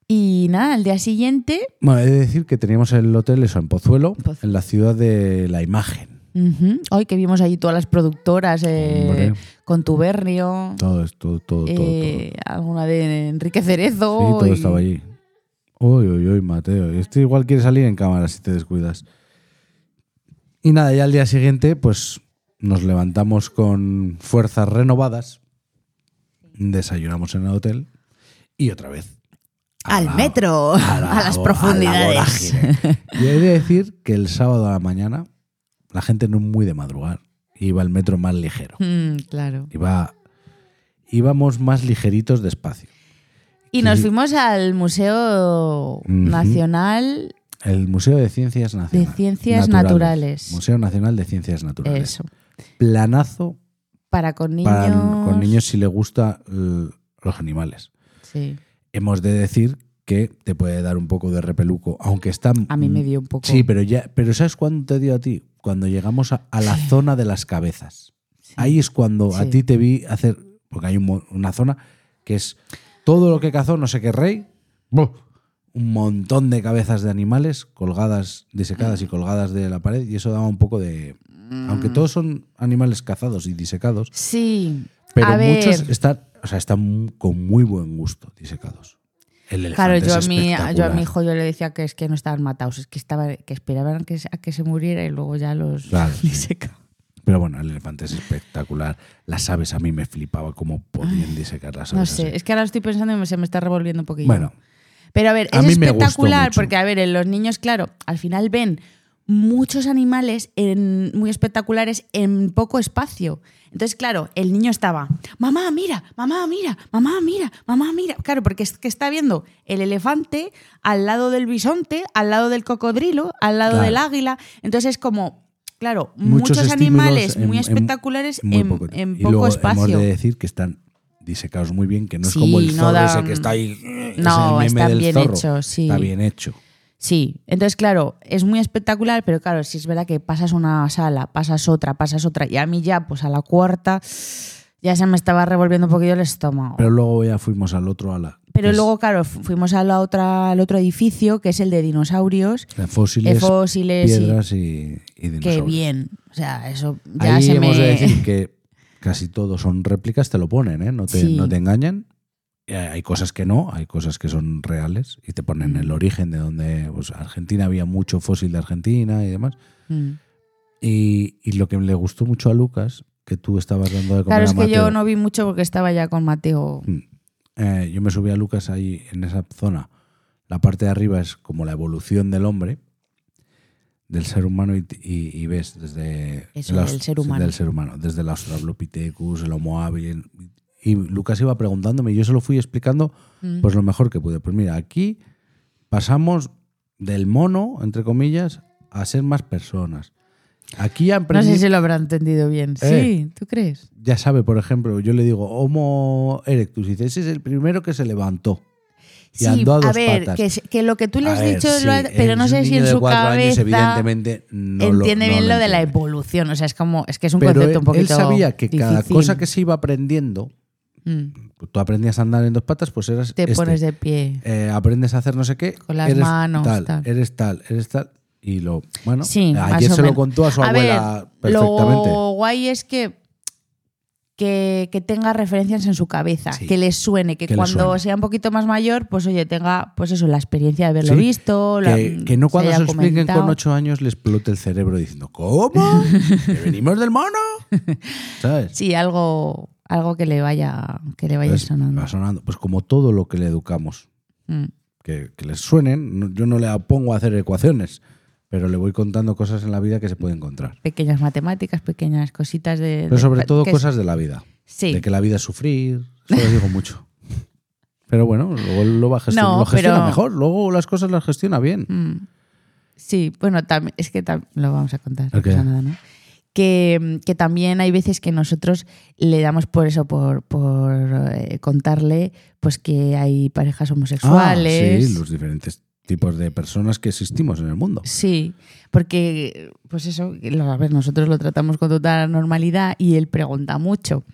S2: Y nada, al día siguiente,
S3: Bueno, he de decir que teníamos el hotel eso en Pozuelo,
S2: Pozuelo.
S3: en la ciudad de la imagen.
S2: ujú, hoy que vimos allí todas las productoras, eh,
S3: Hombre.
S2: con Tuberrio,
S3: Todo, es- todo, todo, todo, todo.
S2: eh, alguna de Enrique Cerezo.
S3: Sí, todo
S2: y-
S3: estaba allí. Uy, uy, uy, Mateo. Este igual quiere salir en cámara si te descuidas. Y nada, ya al día siguiente, pues nos levantamos con fuerzas renovadas, desayunamos en el hotel y otra vez. a
S2: Al
S3: la-
S2: metro, a,
S3: la-
S2: las
S3: a la
S2: profundidades.
S3: vorágine. y he de decir que el sábado a la mañana la gente no muy de madrugar, iba el metro más ligero.
S2: Mm, claro.
S3: Iba, íbamos más ligeritos despacio.
S2: Y nos
S3: Sí.
S2: fuimos al Museo Nacional.
S3: El Museo de Ciencias Nacionales.
S2: De Ciencias Naturales.
S3: Museo Nacional de Ciencias Naturales.
S2: Eso.
S3: Planazo
S2: Para con niños.
S3: para con niños si le gusta l- los animales.
S2: Sí.
S3: Hemos de decir que te puede dar un poco de repeluco, aunque está
S2: A mí me dio un poco.
S3: Mm, Sí, pero ya pero ¿sabes cuándo te dio a ti? Cuando llegamos a, a la zona de las cabezas. Ahí es cuando a
S2: Sí.
S3: ti te vi hacer porque hay un mo- una zona que es todo lo que cazó no sé qué rey. ¡buh! un montón de cabezas de animales colgadas, disecadas y colgadas de la pared, y eso daba un poco de.
S2: Mm.
S3: Aunque todos son animales cazados y disecados,
S2: Sí.
S3: pero
S2: a ver.
S3: muchos están, o sea, están mu- con muy buen gusto disecados. El
S2: Claro,
S3: elefante
S2: yo a,
S3: es
S2: mi, yo a
S3: espectacular.
S2: mi hijo yo le decía que es que no estaban matados, es que estaba, que esperaban que, se- a que se muriera y luego ya los
S3: Claro.
S2: disecaban.
S3: Pero bueno, el elefante es espectacular. Las aves a mí me flipaba cómo podían disecar las
S2: No
S3: aves.
S2: sé,
S3: así.
S2: es que ahora lo estoy pensando y me- se me está revolviendo un poquillo.
S3: Bueno,
S2: Pero a ver,
S3: a
S2: es
S3: mí me gustó
S2: espectacular
S3: mucho.
S2: porque, a ver, en los niños, claro, al final ven muchos animales en- muy espectaculares en poco espacio. Entonces, claro, el niño estaba, mamá, mira, mamá, mira, mamá, mira, mamá, mira. Claro, porque es que está viendo el elefante al lado del bisonte, al lado del cocodrilo, al lado
S3: Claro.
S2: del águila. Entonces es como, claro, muchos,
S3: muchos, estímulos
S2: animales
S3: en-
S2: muy
S3: en-
S2: espectaculares en,
S3: muy
S2: en poco,
S3: y luego
S2: espacio.
S3: Hemos de decir que están disecados muy bien, que no es
S2: Sí,
S3: como el
S2: no
S3: zorro
S2: da-
S3: ese que está ahí. ese
S2: No,
S3: meme
S2: están
S3: del
S2: bien
S3: zorro.
S2: hechos, sí.
S3: Está bien hecho.
S2: Sí, entonces claro, es muy espectacular, pero claro, si es verdad que pasas una sala, pasas otra, pasas otra, y a mí ya, pues a la cuarta, ya se me estaba revolviendo un poquillo el estómago.
S3: Pero luego ya fuimos al otro ala.
S2: Pero
S3: que es
S2: luego, claro, fu- fuimos a la otra, al otro edificio, que es el de dinosaurios,
S3: de Fósiles,
S2: fósiles, sí.
S3: piedras y, y
S2: que
S3: dinosaurios.
S2: bien, o sea, eso ya
S3: Ahí
S2: se
S3: hemos
S2: me...
S3: de decir que casi todos son réplicas, te lo ponen, ¿eh? No te,
S2: Sí.
S3: no te engañan. Y Hay hay cosas que no, hay cosas que son reales y te
S2: Mm.
S3: ponen el origen de donde. Pues, Argentina había mucho fósil de Argentina y demás.
S2: Mm.
S3: Y, y lo que le gustó mucho a Lucas, que tú estabas dando de comer
S2: Claro,
S3: a
S2: es que yo
S3: Mateo. Mm.
S2: no vi mucho porque estaba ya con Mateo.
S3: Eh, yo me subí a Lucas ahí en esa zona. La parte de arriba es como la evolución del hombre, del ser humano, y, y- y ves desde
S2: Eso,
S3: el aus-
S2: del ser humano.
S3: del ser humano, desde el Australopithecus, el Homo habilis.
S2: Mm.
S3: Y Lucas iba preguntándome, y yo se lo fui explicando pues lo mejor que pude. Pues mira, aquí pasamos del mono, entre comillas, a ser más personas. Aquí
S2: No
S3: aprendí,
S2: sé si lo habrá entendido bien.
S3: Eh.
S2: Sí, ¿tú crees?
S3: ya sabe, por ejemplo, yo le digo Homo erectus y dice, ese es el primero que se levantó. Y
S2: sí,
S3: andó a dos
S2: ver,
S3: patas.
S2: Que, se- que lo que tú le
S3: A
S2: has
S3: ver,
S2: dicho,
S3: sí,
S2: lo ha- pero no
S3: es
S2: sé
S3: un
S2: si
S3: niño
S2: en
S3: de
S2: su
S3: cuatro años,
S2: cabeza
S3: evidentemente no lo-
S2: entiende
S3: no
S2: bien lo, de la
S3: entiende.
S2: evolución. O sea, es como, es que es un
S3: Pero
S2: concepto
S3: él,
S2: un poquito
S3: él sabía que cada
S2: difícil.
S3: cosa que se iba aprendiendo,
S2: Mm,
S3: tú aprendías a andar en dos patas, pues eras
S2: te
S3: este.
S2: pones de pie.
S3: Eh, aprendes a hacer no sé qué,
S2: Con las
S3: eres
S2: manos,
S3: tal,
S2: tal.
S3: eres tal, eres tal y lo bueno,
S2: Sí, más
S3: ayer
S2: o
S3: se lo
S2: menos.
S3: contó a su abuela
S2: ver,
S3: perfectamente.
S2: Lo guay es que, que, que tenga referencias en su cabeza,
S3: Sí.
S2: que le suene, que,
S3: Que le
S2: cuando
S3: suene.
S2: sea un poquito más mayor, pues oye, tenga pues eso, la experiencia de haberlo
S3: Sí,
S2: visto. la- mm,
S3: que, que no cuando
S2: haya
S3: se, lo expliquen
S2: comentado.
S3: con ocho años le explote el cerebro diciendo ¿Cómo? ¿Que venimos del mono? ¿Sabes?
S2: Sí, algo, algo que le vaya, que le vaya
S3: Entonces,
S2: sonando.
S3: va sonando. Pues como todo lo que le educamos,
S2: Mm.
S3: que, que les suenen, no- yo no le pongo a hacer ecuaciones, pero le voy contando cosas en la vida que se puede encontrar.
S2: Pequeñas matemáticas, pequeñas cositas de.
S3: Pero
S2: de-
S3: sobre todo
S2: que-
S3: cosas de la vida.
S2: Sí.
S3: de que la vida es sufrir. Eso lo digo mucho. Pero bueno, luego lo, va a gestionar,
S2: No,
S3: lo gestiona
S2: pero-
S3: mejor. Luego las cosas las gestiona bien.
S2: Mm. Sí, bueno, también, es que tam- lo vamos a contar, no
S3: Ok.
S2: pasa nada, ¿no? Que, que también hay veces que nosotros le damos por eso, por, por eh, contarle pues que hay parejas homosexuales.
S3: Ah, sí, los diferentes tipos de personas que existimos en el mundo.
S2: Sí, porque, pues eso, lo- a ver, nosotros lo tratamos con total normalidad y él pregunta mucho.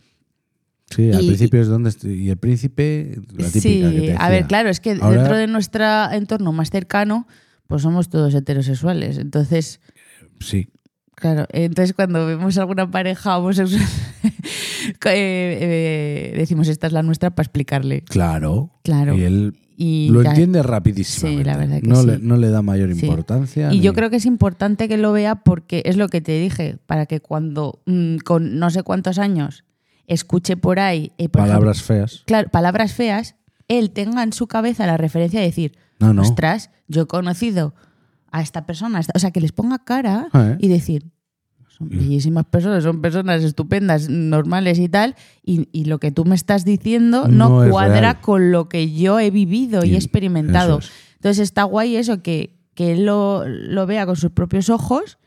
S3: Sí, al
S2: Y-
S3: principio es donde... estoy- Y el príncipe, la típica que
S2: sí,
S3: te
S2: a ver,
S3: decía.
S2: claro, es que
S3: Ahora-
S2: dentro de nuestro entorno más cercano, pues somos todos heterosexuales. Entonces,
S3: Sí,
S2: Claro, entonces cuando vemos alguna pareja homosexual, co- eh, eh, decimos esta es la nuestra para explicarle.
S3: claro.
S2: Claro.
S3: Y él
S2: Y
S3: lo
S2: ya-
S3: entiende rapidísimamente.
S2: Sí, la verdad que
S3: no,
S2: sí.
S3: le, no le da mayor
S2: Sí.
S3: importancia.
S2: Y
S3: ni-
S2: yo creo que es importante que lo vea porque es lo que te dije, para que cuando mm, con no sé cuántos años escuche por ahí eh, por
S3: Palabras
S2: ejemplo,
S3: feas.
S2: claro, palabras feas, él tenga en su cabeza la referencia de decir,
S3: No, no.
S2: ostras, yo he conocido a esta persona, a esta-". o sea, que les ponga cara
S3: Ah, ¿eh?
S2: y decir, son bellísimas personas, son personas estupendas, normales y tal, y, y lo que tú me estás diciendo no,
S3: No es
S2: cuadra
S3: real.
S2: con lo que yo he vivido y,
S3: Y-
S2: he experimentado.
S3: eso es.
S2: Entonces está guay eso, que, que él lo, lo vea con sus propios ojos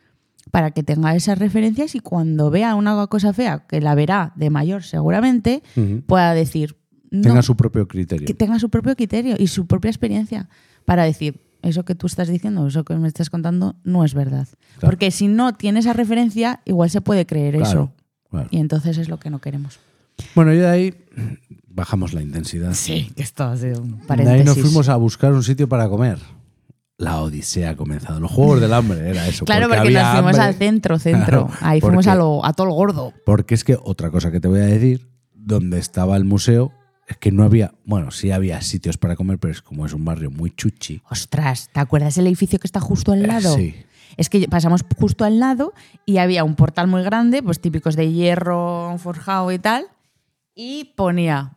S2: para que tenga esas referencias y cuando vea una cosa fea, que la verá de mayor seguramente,
S3: Ujú.
S2: pueda decir, no,
S3: Tenga su propio criterio.
S2: que tenga su propio criterio y su propia experiencia para decir eso que tú estás diciendo, eso que me estás contando, no es verdad.
S3: Claro.
S2: Porque si no tiene esa referencia, igual se puede creer eso.
S3: Claro, claro.
S2: Y entonces es lo que no queremos.
S3: Bueno, yo de ahí bajamos la intensidad.
S2: Sí, que esto ha sido un
S3: De ahí nos fuimos a buscar un sitio para comer. La odisea ha comenzado. Los juegos del hambre era eso.
S2: claro, porque,
S3: había
S2: nos fuimos
S3: hambre.
S2: al centro, centro.
S3: Claro,
S2: Ahí fuimos
S3: porque-
S2: a, lo, a todo el gordo.
S3: Porque es que otra cosa que te voy a decir, donde estaba el museo, es que no había, bueno, sí había sitios para comer, pero es como es un barrio muy chuchi.
S2: Ostras, ¿te acuerdas el edificio que está justo al lado?
S3: Eh, Sí.
S2: Es que pasamos justo al lado y había un portal muy grande, pues típicos de hierro forjado y tal, y ponía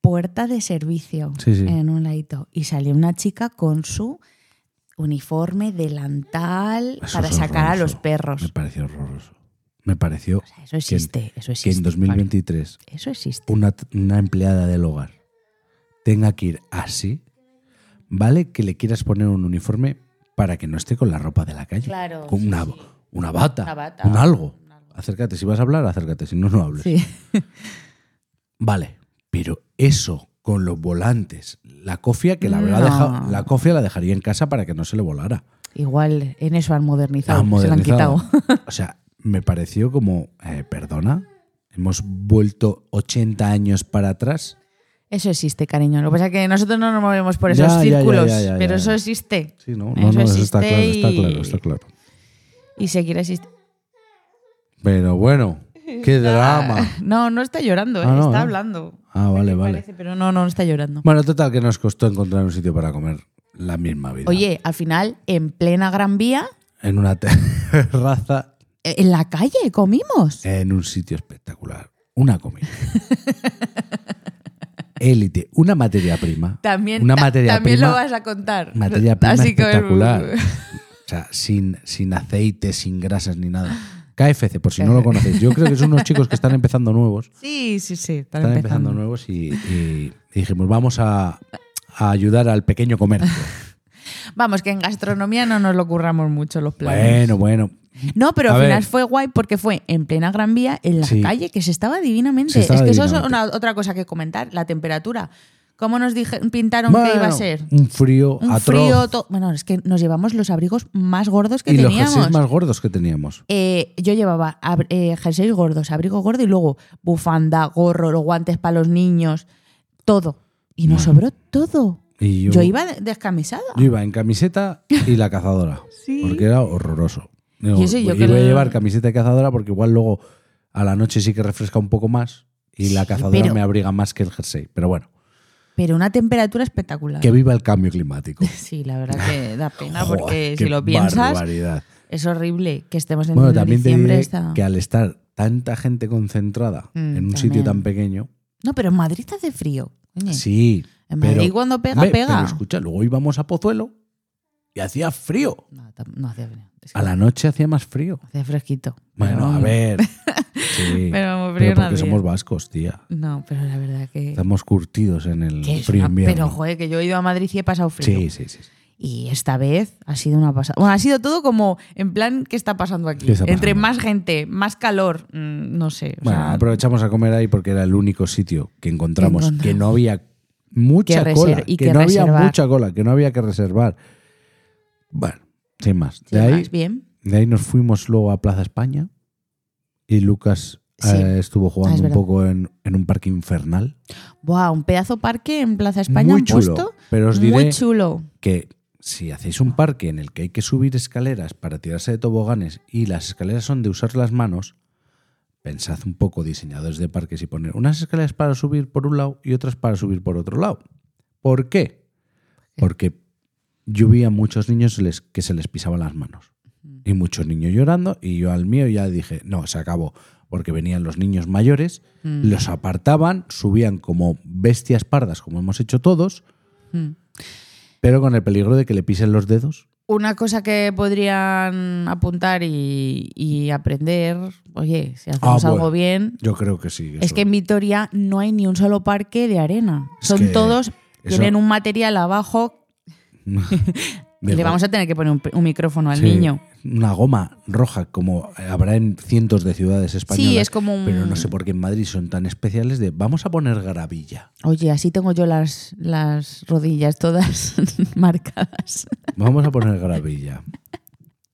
S2: puerta de servicio
S3: Sí, sí.
S2: en un ladito. Y salió una chica con su uniforme delantal
S3: Eso
S2: para
S3: es
S2: sacar a
S3: horroroso.
S2: los
S3: Me
S2: perros.
S3: pareció horroroso. Me pareció
S2: O sea, eso existe, eso
S3: que
S2: existe.
S3: en 2023
S2: Paqui. Eso existe.
S3: una, una empleada del hogar tenga que ir así, ¿vale? Que le quieras poner un uniforme para que no esté con la ropa de la calle.
S2: Claro,
S3: Con
S2: sí,
S3: una,
S2: sí.
S3: una bata.
S2: Una bata.
S3: Un algo. Acércate, si vas a hablar, acércate, si no, no hables.
S2: Sí.
S3: Vale, pero eso con los volantes, la cofia que la habrá
S2: No.
S3: dejado- la cofia la dejaría en casa para que no se le volara.
S2: Igual en eso han modernizado,
S3: Han
S2: se la han
S3: modernizado.
S2: quitado.
S3: O sea, me pareció como, eh, perdona, hemos vuelto 80 años para atrás.
S2: Eso existe, cariño. Lo que pasa es que nosotros no nos movemos por
S3: Ya,
S2: esos
S3: ya, ya,
S2: círculos,
S3: ya, ya,
S2: pero
S3: ya.
S2: eso existe.
S3: Sí, no, no,
S2: Eso
S3: no, eso está
S2: existe
S3: claro, está
S2: y-
S3: claro, está claro.
S2: Y seguirá existiendo.
S3: Pero bueno, qué drama.
S2: No, no está llorando, ¿eh?
S3: Ah, no,
S2: está
S3: ¿eh?
S2: hablando.
S3: Ah, vale,
S2: Me
S3: vale.
S2: parece, pero no, no está llorando.
S3: Bueno, total que nos costó encontrar un sitio para comer la misma vida.
S2: Oye, al final, en plena Gran Vía,
S3: En una terraza,
S2: eh, en la calle comimos.
S3: en un sitio espectacular. Una comida. Élite, una materia prima.
S2: También,
S3: una
S2: ta-
S3: materia
S2: también
S3: prima,
S2: lo vas a contar.
S3: Materia prima
S2: Así que- uh,
S3: espectacular. O sea, sin, sin aceite, sin grasas ni nada. KFC, por si no lo conocéis. Yo creo que son unos chicos que están empezando nuevos.
S2: Sí, sí, sí. Están, empezando.
S3: Están empezando, nuevos y, y dijimos, vamos a, a ayudar al pequeño comercio.
S2: Vamos, que en gastronomía no nos lo curramos mucho los planes.
S3: Bueno, bueno.
S2: No, pero
S3: A
S2: al
S3: ver.
S2: final fue guay porque fue en plena Gran Vía, en la
S3: Sí.
S2: calle, que se estaba divinamente.
S3: Se estaba
S2: es que eso es
S3: divinamente.
S2: una- otra cosa que comentar, la temperatura. ¿Cómo nos dije- pintaron que iba a
S3: Bueno,
S2: ser?
S3: Un frío
S2: Un
S3: atroz.
S2: frío... to- Bueno, es que nos llevamos los abrigos más gordos que
S3: y los
S2: teníamos.
S3: jerseys más gordos que teníamos.
S2: Eh, yo llevaba ab- eh, jerseys gordos, abrigo gordo y luego bufanda, gorro, los guantes para los niños, todo. Y nos sobró todo.
S3: Y yo,
S2: Yo, iba de- descamisada.
S3: yo iba en camiseta y la cazadora.
S2: Sí.
S3: Porque era horroroso. Digo,
S2: Y eso yo
S3: "Pues
S2: que
S3: iba a
S2: lo-
S3: llevar camiseta y cazadora porque igual luego a la noche sí que refresca un poco más y la cazadora
S2: pero-
S3: me abriga más que el jersey. Pero bueno,
S2: Pero una temperatura espectacular.
S3: que viva el cambio climático.
S2: Sí, la verdad que da pena
S3: Joder,
S2: porque
S3: qué
S2: si lo piensas
S3: barbaridad.
S2: es horrible que estemos en
S3: Bueno, también te
S2: diciembre.
S3: diré
S2: está-
S3: que al estar tanta gente concentrada
S2: Mm,
S3: en un
S2: también.
S3: sitio tan pequeño,
S2: No, pero en Madrid hace frío. coño.
S3: sí.
S2: en
S3: pero-
S2: Madrid cuando pega,
S3: Hombre,
S2: pega.
S3: Pero escucha, luego íbamos a Pozuelo y hacía frío.
S2: No, tam- no hace frío. Es que
S3: A la noche hacía más frío.
S2: Hace fresquito. Pero
S3: Bueno, a
S2: vamos.
S3: ver. Sí.
S2: Pero vamos, frío no
S3: porque
S2: hacía.
S3: somos vascos, tía.
S2: No, pero la verdad que.
S3: Estamos curtidos en el
S2: que es
S3: frío
S2: una-
S3: invierno.
S2: pero joder, que yo he ido a Madrid y he pasado frío.
S3: sí, sí, sí.
S2: Y esta vez ha sido una pasada. Bueno, ha sido todo como en plan, ¿qué está pasando aquí?
S3: ¿Qué está
S2: Entre
S3: pasando?
S2: más gente, más calor, mm, no sé. o
S3: Bueno,
S2: sea,
S3: aprovechamos a comer ahí porque era el único sitio que encontramos
S2: encontramos.
S3: que no había mucha
S2: Que reser-
S3: cola.
S2: y
S3: que,
S2: que
S3: no
S2: reservar.
S3: había mucha cola, que no había que reservar. Bueno, sin más.
S2: sí,
S3: de, ahí,
S2: más bien.
S3: de ahí nos fuimos luego a Plaza España y Lucas
S2: Sí.
S3: eh, estuvo
S2: Ah, es
S3: jugando un
S2: verdad.
S3: poco en, en un parque infernal.
S2: Buah, un pedazo parque en Plaza España
S3: muy
S2: han
S3: chulo.
S2: puesto.
S3: pero os diré
S2: Muy chulo.
S3: que si hacéis un parque en el que hay que subir escaleras para tirarse de toboganes y las escaleras son de usar las manos, pensad un poco, diseñadores de parques, y poner unas escaleras para subir por un lado y otras para subir por otro lado. ¿Por qué? Porque yo vi a muchos niños les- que se les pisaban las manos. Y muchos niños llorando, y yo al mío ya dije, no, se acabó. Porque venían los niños mayores,
S2: Mm.
S3: los apartaban, subían como bestias pardas, como hemos hecho todos,
S2: Mm.
S3: pero con el peligro de que le pisen los dedos.
S2: Una cosa que podrían apuntar y, y aprender, oye, si hacemos
S3: Ah, bueno.
S2: algo bien,
S3: Yo creo que sí.
S2: es
S3: eso.
S2: que en Vitoria no hay ni un solo parque de arena.
S3: Es
S2: Son
S3: que
S2: todos,
S3: eso-
S2: tienen un material abajo.
S3: De
S2: Le
S3: go-
S2: vamos a tener que poner un, pe- un micrófono al
S3: sí,
S2: niño.
S3: Una goma roja, como habrá en cientos de ciudades españolas.
S2: Sí, es como un-
S3: Pero no sé por qué en Madrid son tan especiales de vamos a poner garabilla.
S2: Oye, así tengo yo las, las rodillas todas marcadas
S3: Vamos a poner garabilla.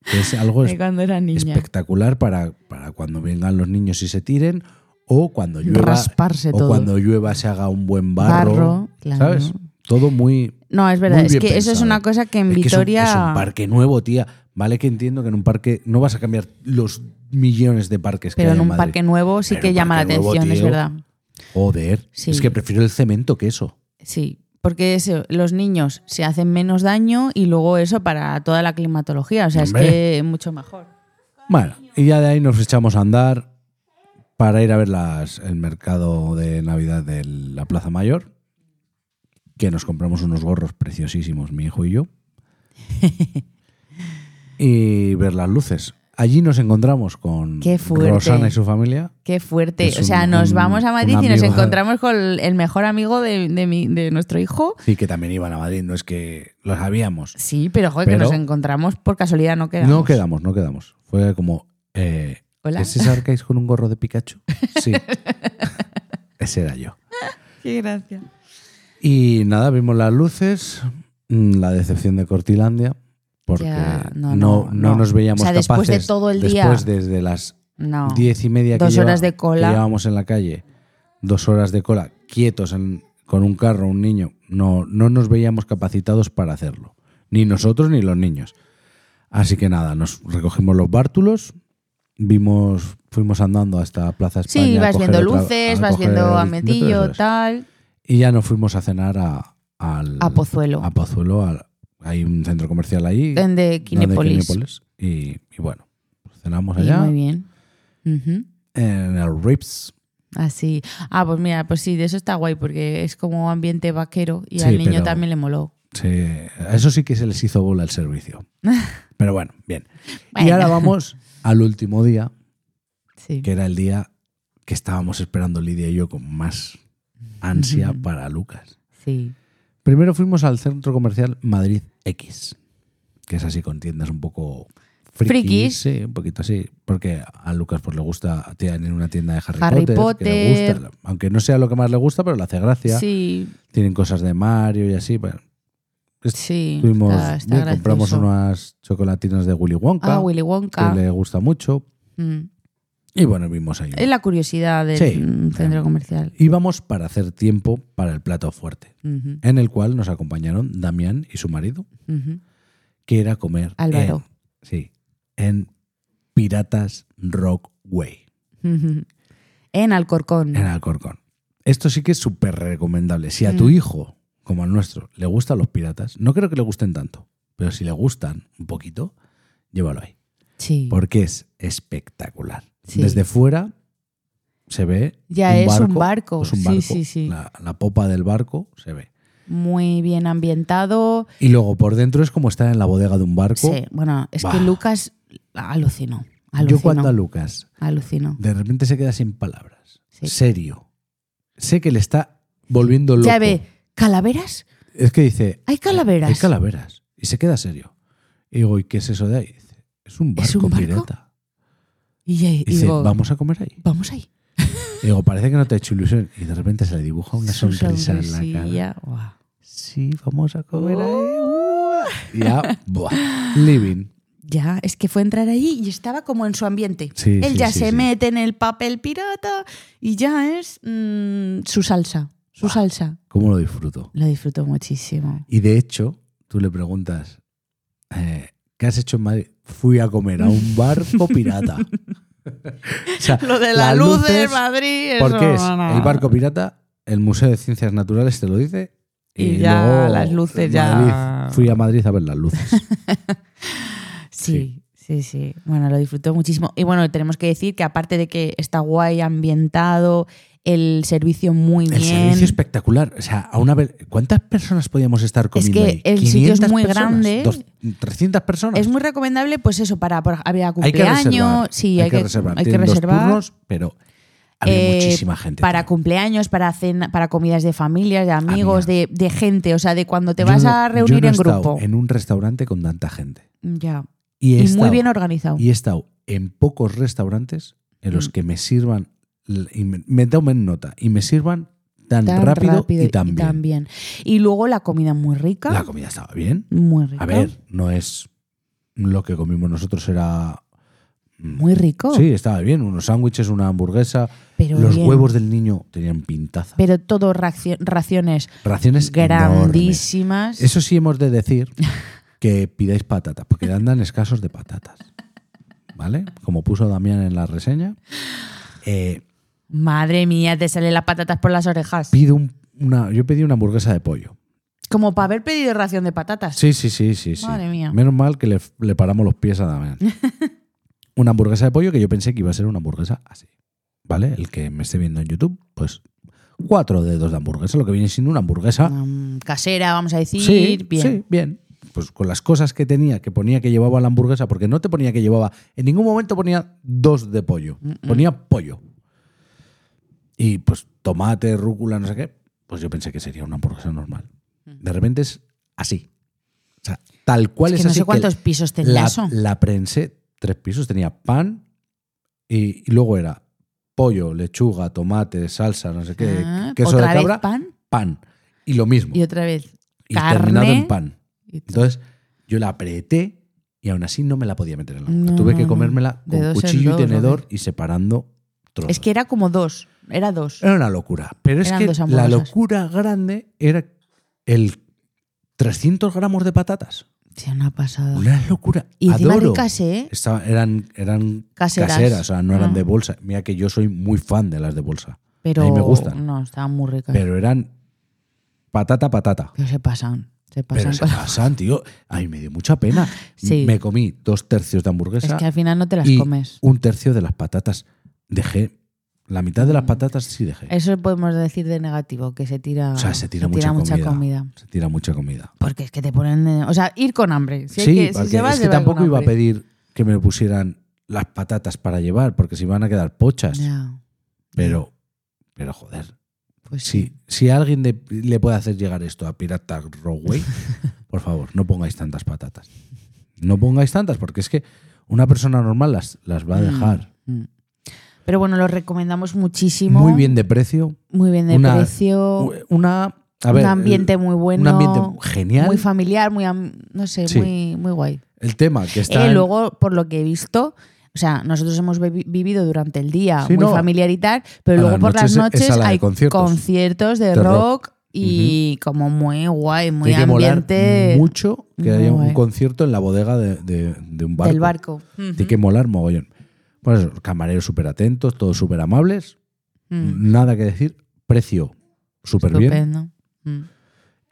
S3: Que es algo
S2: de
S3: es-
S2: cuando era niña.
S3: espectacular para, para cuando vengan los niños y se tiren o cuando llueva.
S2: Rasparse
S3: o
S2: todo.
S3: cuando llueva se haga un buen barro.
S2: Barro, claro.
S3: ¿Sabes? Todo muy.
S2: No, es verdad,
S3: Muy
S2: es que
S3: bien
S2: eso es
S3: pensado.
S2: una cosa que en
S3: Es que es un-
S2: Vitoria...
S3: es un, parque nuevo, tía. Vale que entiendo que en un parque no vas a cambiar los millones de parques que
S2: Pero
S3: hay
S2: en un
S3: Madrid.
S2: parque nuevo sí
S3: Pero
S2: que
S3: un
S2: llama la
S3: parque nuevo,
S2: atención, es
S3: tío.
S2: verdad.
S3: Joder.
S2: Sí.
S3: Es que prefiero el cemento que eso.
S2: Sí, porque eso, los niños se hacen menos daño y luego eso para toda la climatología, o sea, es
S3: Hombre.
S2: que mucho mejor.
S3: Bueno, y ya de ahí nos echamos a andar para ir a ver las- el mercado de Navidad de la Plaza Mayor, que nos compramos unos gorros preciosísimos, mi hijo y yo, y ver las luces. Allí nos encontramos con
S2: Qué fuerte.
S3: Rosana y su familia.
S2: Qué fuerte,
S3: Es
S2: o sea,
S3: un-
S2: nos
S3: un-
S2: vamos a
S3: un
S2: Madrid y nos
S3: amigo.
S2: encontramos con el mejor amigo de, de mi- de nuestro hijo.
S3: Sí, que también iban a Madrid, no es que lo sabíamos.
S2: Sí, pero joder, que
S3: Pero-
S2: nos encontramos por casualidad, no quedamos.
S3: No quedamos, no quedamos. Fue como. Eh,
S2: Hola.
S3: ¿Es ese Arcais con un gorro de Pikachu? Sí. ese era yo.
S2: Qué gracia.
S3: Y nada, vimos las luces, mm, la decepción de Cortilandia, porque
S2: Ya, no,
S3: no,
S2: no,
S3: no
S2: no.
S3: nos veíamos
S2: O sea, después de
S3: capaces,
S2: todo el día.
S3: Después, desde las
S2: No.
S3: diez y media que
S2: Dos horas de cola.
S3: que llevábamos en la calle, dos horas de cola, quietos en- con un carro, un niño, no, no nos veíamos capacitados para hacerlo. Ni nosotros ni los niños. Así que nada, nos recogimos los bártulos, vimos, fuimos andando hasta Plaza España.
S2: Sí,
S3: a
S2: vas
S3: coger
S2: viendo
S3: otra-
S2: luces,
S3: a
S2: vas
S3: coger
S2: viendo
S3: el-
S2: ametillo,
S3: eso es.
S2: tal.
S3: Y ya nos fuimos a cenar a, al,
S2: A Pozuelo.
S3: A Pozuelo, al- hay un centro comercial ahí.
S2: En de Kinépolis.
S3: Y, y bueno, cenamos
S2: Y
S3: allá
S2: muy bien. Ujú.
S3: en el Rips.
S2: Así. Ah, pues mira, pues sí, de eso está guay, porque es como ambiente vaquero y
S3: Sí,
S2: al niño
S3: pero-
S2: también le moló.
S3: Se- a eso sí que se les hizo bola el servicio. Pero bueno, bien. Y
S2: Bueno.
S3: ahora vamos al último día,
S2: Sí.
S3: que era el día que estábamos esperando Lidia y yo con más ansia para Lucas.
S2: Sí.
S3: Primero fuimos al centro comercial Madrid X. que es así con tiendas un poco
S2: Frikis.
S3: frikis, sí, un poquito así, porque a Lucas pues le gusta tener una tienda de Harry,
S2: Harry
S3: Potter, que le
S2: Potter.
S3: gusta, aunque no sea lo que más le gusta, pero le hace gracia.
S2: Sí,
S3: Tienen cosas de Mario y así, bueno. Es-
S2: sí.
S3: Tuvimos,
S2: está- está
S3: bien, eh, compramos
S2: gracioso.
S3: unas chocolatinas de Willy Wonka,
S2: Ah, Willy Wonka.
S3: que le gusta mucho,
S2: Mm.
S3: y bueno, vimos ahí.
S2: Es la curiosidad del
S3: Sí.
S2: mm, centro comercial.
S3: Íbamos para hacer tiempo para el plato fuerte,
S2: Ujú,
S3: en el cual nos acompañaron Damián y su marido,
S2: ujú.
S3: que era comer
S2: Álvaro.
S3: En, sí, en Piratas Rockway,
S2: Ujú. En Alcorcón.
S3: en Alcorcón. Esto sí que es súper recomendable. Si a tu
S2: Mm.
S3: hijo, como al nuestro, le gustan los piratas, no creo que le gusten tanto, pero si le gustan un poquito, llévalo ahí.
S2: Sí.
S3: Porque es espectacular.
S2: Sí.
S3: Desde fuera se ve.
S2: Ya es un barco.
S3: es un
S2: Sí,
S3: barco.
S2: sí, sí.
S3: La, la popa del barco se ve.
S2: Muy bien ambientado.
S3: Y luego por dentro es como estar en la bodega de un barco.
S2: Sí, bueno, es que
S3: Bah.
S2: Lucas alucinó.
S3: Yo cuando a
S2: Alucinó.
S3: Lucas
S2: Alucinó.
S3: de repente se queda sin palabras.
S2: Sí.
S3: Serio. Sé que le está volviendo loco.
S2: Ya ve, ¿calaveras?
S3: Es que dice.
S2: Hay calaveras.
S3: Hay calaveras. Y se queda serio. Y digo, ¿y qué es eso de ahí? Dice, es un barco
S2: ¿Es un barco?
S3: pirata.
S2: Y ya
S3: Y dice,
S2: digo,
S3: vamos a comer ahí.
S2: vamos ahí.
S3: Y digo, parece que no te ha hecho ilusión. Y de repente se le dibuja una
S2: Su
S3: sonrisa en la cara.
S2: sonrisilla, guau.
S3: Sí, vamos a comer ahí. Uh. Ya, buah. Living.
S2: Ya, es que fue a entrar allí y estaba como en su ambiente.
S3: Sí,
S2: Él
S3: sí,
S2: ya
S3: sí,
S2: se
S3: sí.
S2: mete en el papel pirata y ya es mm, su salsa, su salsa.
S3: ¿Cómo lo disfruto?
S2: Lo disfruto muchísimo.
S3: Y de hecho, tú le preguntas, eh, ¿qué has hecho en Madrid? Fui a comer a un barco pirata. O sea,
S2: Lo de
S3: las
S2: la luz de
S3: luces,
S2: Madrid.
S3: Porque es
S2: eso, no, no.
S3: el barco pirata, el Museo de Ciencias Naturales te lo dice. Y,
S2: Y ya
S3: luego
S2: las luces ya-
S3: Madrid. Fui a Madrid a ver las luces.
S2: Sí, sí, sí. Bueno, lo disfruto muchísimo. Y bueno, tenemos que decir que aparte de que está guay, ambientado, el servicio muy
S3: El
S2: bien.
S3: servicio espectacular. O sea, a una vez, ¿cuántas personas podíamos estar comiendo
S2: que
S3: ahí?
S2: el sitio es
S3: 500
S2: muy
S3: personas,
S2: grande.
S3: dos- 300 personas.
S2: Es muy recomendable, pues eso, para, para había
S3: hay que
S2: cumpleaños.
S3: reservar.
S2: sí,
S3: hay, que, reservar.
S2: hay que
S3: Tienen dos
S2: reservar.
S3: turnos, pero había
S2: Eh,
S3: muchísima gente.
S2: Para
S3: tío.
S2: cumpleaños, para cena, para comidas de familias, de amigos,
S3: Amigas.
S2: de, de gente, o sea, de cuando te
S3: Yo
S2: vas
S3: no-
S2: a
S3: yo
S2: reunir
S3: no he
S2: en
S3: estado
S2: grupo.
S3: En un restaurante con tanta gente.
S2: Ya.
S3: Y, he
S2: Y muy
S3: estado-
S2: bien organizado.
S3: y he estado en pocos restaurantes en los
S2: Mm.
S3: que me sirvan, l- y me, me tomen nota y me sirvan tan, rápido, y tan bien.
S2: Y luego la comida muy rica.
S3: La comida estaba bien.
S2: muy rica.
S3: A ver, no es lo que comimos nosotros, era.
S2: Muy rico.
S3: Sí, estaba bien. Unos sándwiches, una hamburguesa.
S2: Pero
S3: los
S2: Oh. bien.
S3: huevos del niño tenían pintaza.
S2: Pero todo racio- raciones
S3: Raciones enormes.
S2: grandísimas.
S3: Eso sí hemos de decir que pidáis patatas, porque andan escasos de patatas. ¿Vale? Como puso Damián en la reseña. Eh,
S2: Madre mía, te salen las patatas por las orejas.
S3: pido un- una, yo pedí una hamburguesa de pollo.
S2: Como para haber pedido ración de patatas.
S3: Sí, sí, sí, sí. sí.
S2: Madre mía.
S3: Menos mal que le, le paramos los pies a Damián. Una hamburguesa de pollo que yo pensé que iba a ser una hamburguesa así. ¿Vale? El que me esté viendo en YouTube, pues cuatro dedos de hamburguesa, lo que viene siendo una hamburguesa
S2: Mm, casera, vamos a decir.
S3: Sí,
S2: bien.
S3: sí, bien. Pues con las cosas que tenía, que ponía que llevaba la hamburguesa, porque no te ponía que llevaba, en ningún momento ponía dos de pollo, ponía pollo. Y pues tomate, rúcula, no sé qué, pues yo pensé que sería una hamburguesa normal. De repente es así. O sea, tal cual
S2: Mm.
S3: es,
S2: Es que no
S3: así
S2: sé cuántos pisos tenía
S3: la,
S2: eso.
S3: la prensé tres pisos, tenía pan y, y luego era pollo, lechuga, tomate, salsa, no sé qué,
S2: Ah,
S3: queso de
S2: otra vez
S3: cabra,
S2: pan
S3: pan. Y lo mismo
S2: y otra vez
S3: y
S2: carne.
S3: terminado en pan.
S2: Y todo.
S3: Entonces yo la apreté y aún así no me la podía meter en la boca.
S2: No,
S3: Tuve
S2: no,
S3: que
S2: no.
S3: comérmela
S2: De
S3: con
S2: dos en
S3: cuchillo
S2: dos,
S3: y
S2: ¿no?
S3: tenedor y separando trozos.
S2: Es que era como dos, era dos.
S3: era una locura. Pero es
S2: Eran
S3: que
S2: dos
S3: la
S2: hamburguesas.
S3: locura grande era el 300 gramos de patatas.
S2: Sí, una pasada.
S3: Una locura.
S2: y encima
S3: Adoro.
S2: ricas, ¿eh?
S3: Estaba- eran eran
S2: Caseras.
S3: caseras. o sea, no eran
S2: Ah.
S3: de bolsa. Mira que yo soy muy fan de las de bolsa.
S2: Pero
S3: A mí me gustan.
S2: No, estaban muy ricas. Pero,
S3: Pero eran patata, patata.
S2: se pasan, se pasan.
S3: Pero se
S2: con-
S3: pasan, tío. Ay, me dio mucha pena.
S2: Sí.
S3: Me comí dos tercios de hamburguesa.
S2: es que al final no te las
S3: y
S2: comes.
S3: Un tercio de las patatas dejé. La mitad
S2: Mm.
S3: de las patatas sí dejé.
S2: Eso podemos decir de negativo, que se tira,
S3: o sea, se tira, mucha, comida, Se tira mucha comida.
S2: Porque es que te ponen. eh, O sea, ir con hambre. Si hay
S3: sí,
S2: que- si
S3: porque
S2: se va,
S3: es
S2: se
S3: que
S2: va
S3: tampoco
S2: con
S3: iba a
S2: hambre.
S3: pedir que me pusieran las patatas para llevar, porque se iban a quedar pochas.
S2: Ya,
S3: Pero, pero joder.
S2: pues
S3: Si, si alguien de- le puede hacer llegar esto a Pirata Rowway, por favor, no pongáis tantas patatas. No pongáis tantas, porque es que una persona normal las, las va a dejar.
S2: Mm. Pero bueno, lo recomendamos muchísimo.
S3: Muy bien de precio.
S2: Muy bien de
S3: una-
S2: precio.
S3: Una, a ver,
S2: un ambiente muy bueno.
S3: Un ambiente genial.
S2: Muy familiar, muy, am- no sé,
S3: Sí.
S2: muy, muy guay.
S3: el tema que está.
S2: Eh,
S3: en-
S2: luego, por lo que he visto, o sea, nosotros hemos bebi- vivido durante el día
S3: Sí,
S2: muy
S3: no.
S2: familiar y tal,
S3: A
S2: pero luego
S3: las
S2: por las
S3: noches es- es
S2: noches
S3: sala de
S2: hay
S3: conciertos.
S2: conciertos, de,
S3: De
S2: rock,
S3: rock.
S2: y como muy guay, muy
S3: Tiene que molar
S2: ambiente
S3: mucho que
S2: muy
S3: haya un
S2: guay.
S3: concierto en la bodega de, de- de un barco.
S2: del barco.
S3: Tiene que molar mogollón. Bueno, eso, camareros súper atentos, todos súper amables.
S2: Mm,
S3: Nada que decir. Precio súper bien.
S2: estupendo. Mm.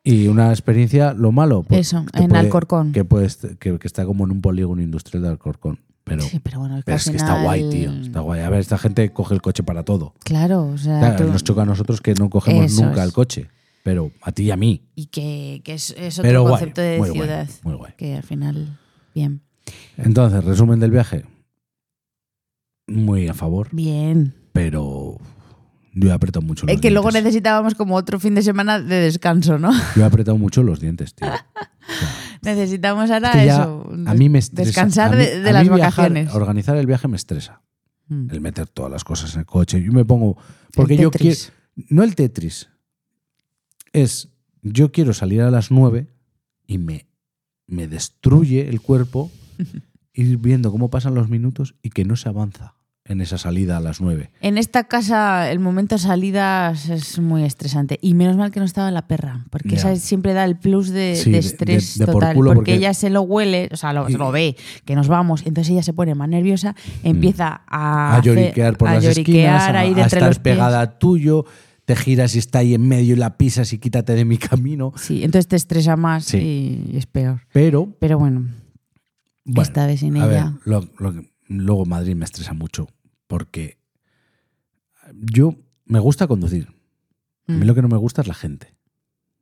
S3: Y una experiencia, lo malo. pues,
S2: Eso,
S3: que
S2: en
S3: puede-
S2: Alcorcón.
S3: Que, puede est- que, que está como en un polígono industrial de Alcorcón. Pero,
S2: Sí, pero bueno,
S3: pero
S2: al
S3: es que está guay, tío.
S2: final-
S3: Está guay. A ver, esta gente coge el coche para todo.
S2: Claro, o sea,
S3: Claro,
S2: tú-
S3: nos choca a nosotros que no cogemos
S2: Eso
S3: nunca
S2: es.
S3: el coche. Pero a ti y a mí.
S2: y que, que es, es otro
S3: Pero guay,
S2: concepto de
S3: muy guay,
S2: ciudad.
S3: muy guay.
S2: Que al final, bien.
S3: Entonces, resumen del viaje. Muy a favor,
S2: Bien.
S3: pero yo he apretado mucho los
S2: Es que luego
S3: dientes.
S2: necesitábamos como otro fin de semana de descanso, ¿no?
S3: Yo he apretado mucho los dientes, tío.
S2: Necesitamos ahora
S3: Es que ya
S2: eso.
S3: a mí me estresa.
S2: Descansar
S3: A mí-
S2: de, de
S3: a
S2: las
S3: mí viajar,
S2: vacaciones.
S3: Organizar el viaje me estresa.
S2: Mm.
S3: El meter todas las cosas en el coche. Yo me pongo. Porque
S2: El
S3: yo quiero.
S2: Tetris.
S3: No el Tetris. Es. Yo quiero salir a las 9 y me, me destruye el cuerpo ir viendo cómo pasan los minutos y que no se avanza en esa salida a las 9.
S2: En esta casa el momento de salidas es muy estresante. Y menos mal que no estaba la perra, porque
S3: Ya.
S2: esa siempre da el plus de,
S3: Sí,
S2: de
S3: de-
S2: estrés
S3: de- de por
S2: total.
S3: culo,
S2: porque
S3: porque-
S2: ella se lo huele, o sea, lo,
S3: Y- Mm.
S2: lo ve, que nos vamos. Entonces ella se pone más nerviosa, empieza a,
S3: a
S2: hacer-
S3: lloriquear por
S2: a
S3: las
S2: lloriquear,
S3: esquinas, a,
S2: a ir
S3: a
S2: entre
S3: estar
S2: los pies.
S3: pegada a tuyo, te giras y está ahí en medio y la pisas y quítate de mi camino.
S2: Sí, entonces te estresa más
S3: Sí.
S2: y- y es peor.
S3: Pero,
S2: Pero bueno,
S3: bueno,
S2: esta vez sin
S3: a ver,
S2: ella.
S3: lo- lo que- luego Madrid me estresa mucho porque yo me gusta conducir. A mí
S2: Mm.
S3: lo que no me gusta es la gente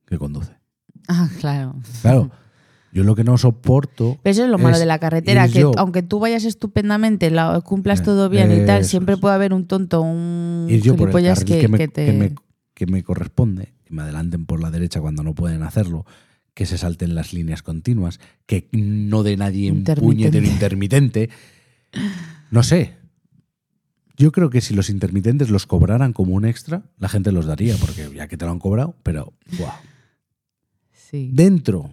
S3: que conduce.
S2: Ah, claro.
S3: Claro, yo lo que no soporto.
S2: Pero eso es lo malo
S3: Es
S2: de la carretera,
S3: ir
S2: que
S3: yo.
S2: aunque tú vayas estupendamente, la- cumplas
S3: Eh,
S2: todo bien y tal,
S3: eso
S2: siempre
S3: es.
S2: puede haber un tonto, un
S3: ir yo por el
S2: gilipollas
S3: carril que, me,
S2: que te...
S3: que me- que me corresponde, que me adelanten por la derecha cuando no pueden hacerlo, que se salten las líneas continuas, que no dé nadie un puñetero intermitente. No sé. Yo creo que si los intermitentes los cobraran como un extra, la gente los daría, porque ya que te lo han cobrado, pero guau.
S2: Sí,
S3: Dentro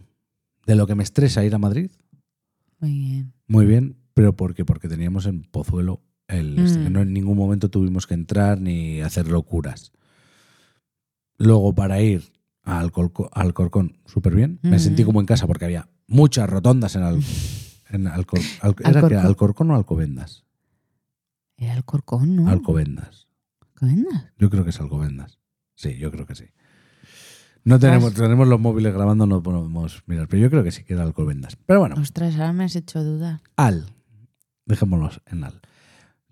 S3: de lo que me estresa ir a Madrid,
S2: muy bien.
S3: muy bien, pero ¿por qué? Porque teníamos en Pozuelo el este,
S2: Mm.
S3: que no en ningún momento tuvimos que entrar ni hacer locuras. Luego para ir a Alcolco- a Alcorcón, súper bien. Me
S2: Mm.
S3: sentí como en casa porque había muchas rotondas en, Al- en Alcor- Al- ¿era que
S2: Alcorcón.
S3: era Alcorcón o Alcobendas?
S2: Era el corcón, ¿no?
S3: Alcobendas.
S2: Alcobendas.
S3: Yo creo que es Alcobendas. Sí, yo creo que sí. No
S2: Ah.
S3: tenemos, tenemos los móviles grabando, no podemos mirar, pero yo creo que sí que era Alcobendas. Pero bueno,
S2: Ostras, ahora me has hecho dudar.
S3: Al. Dejémoslos en Al.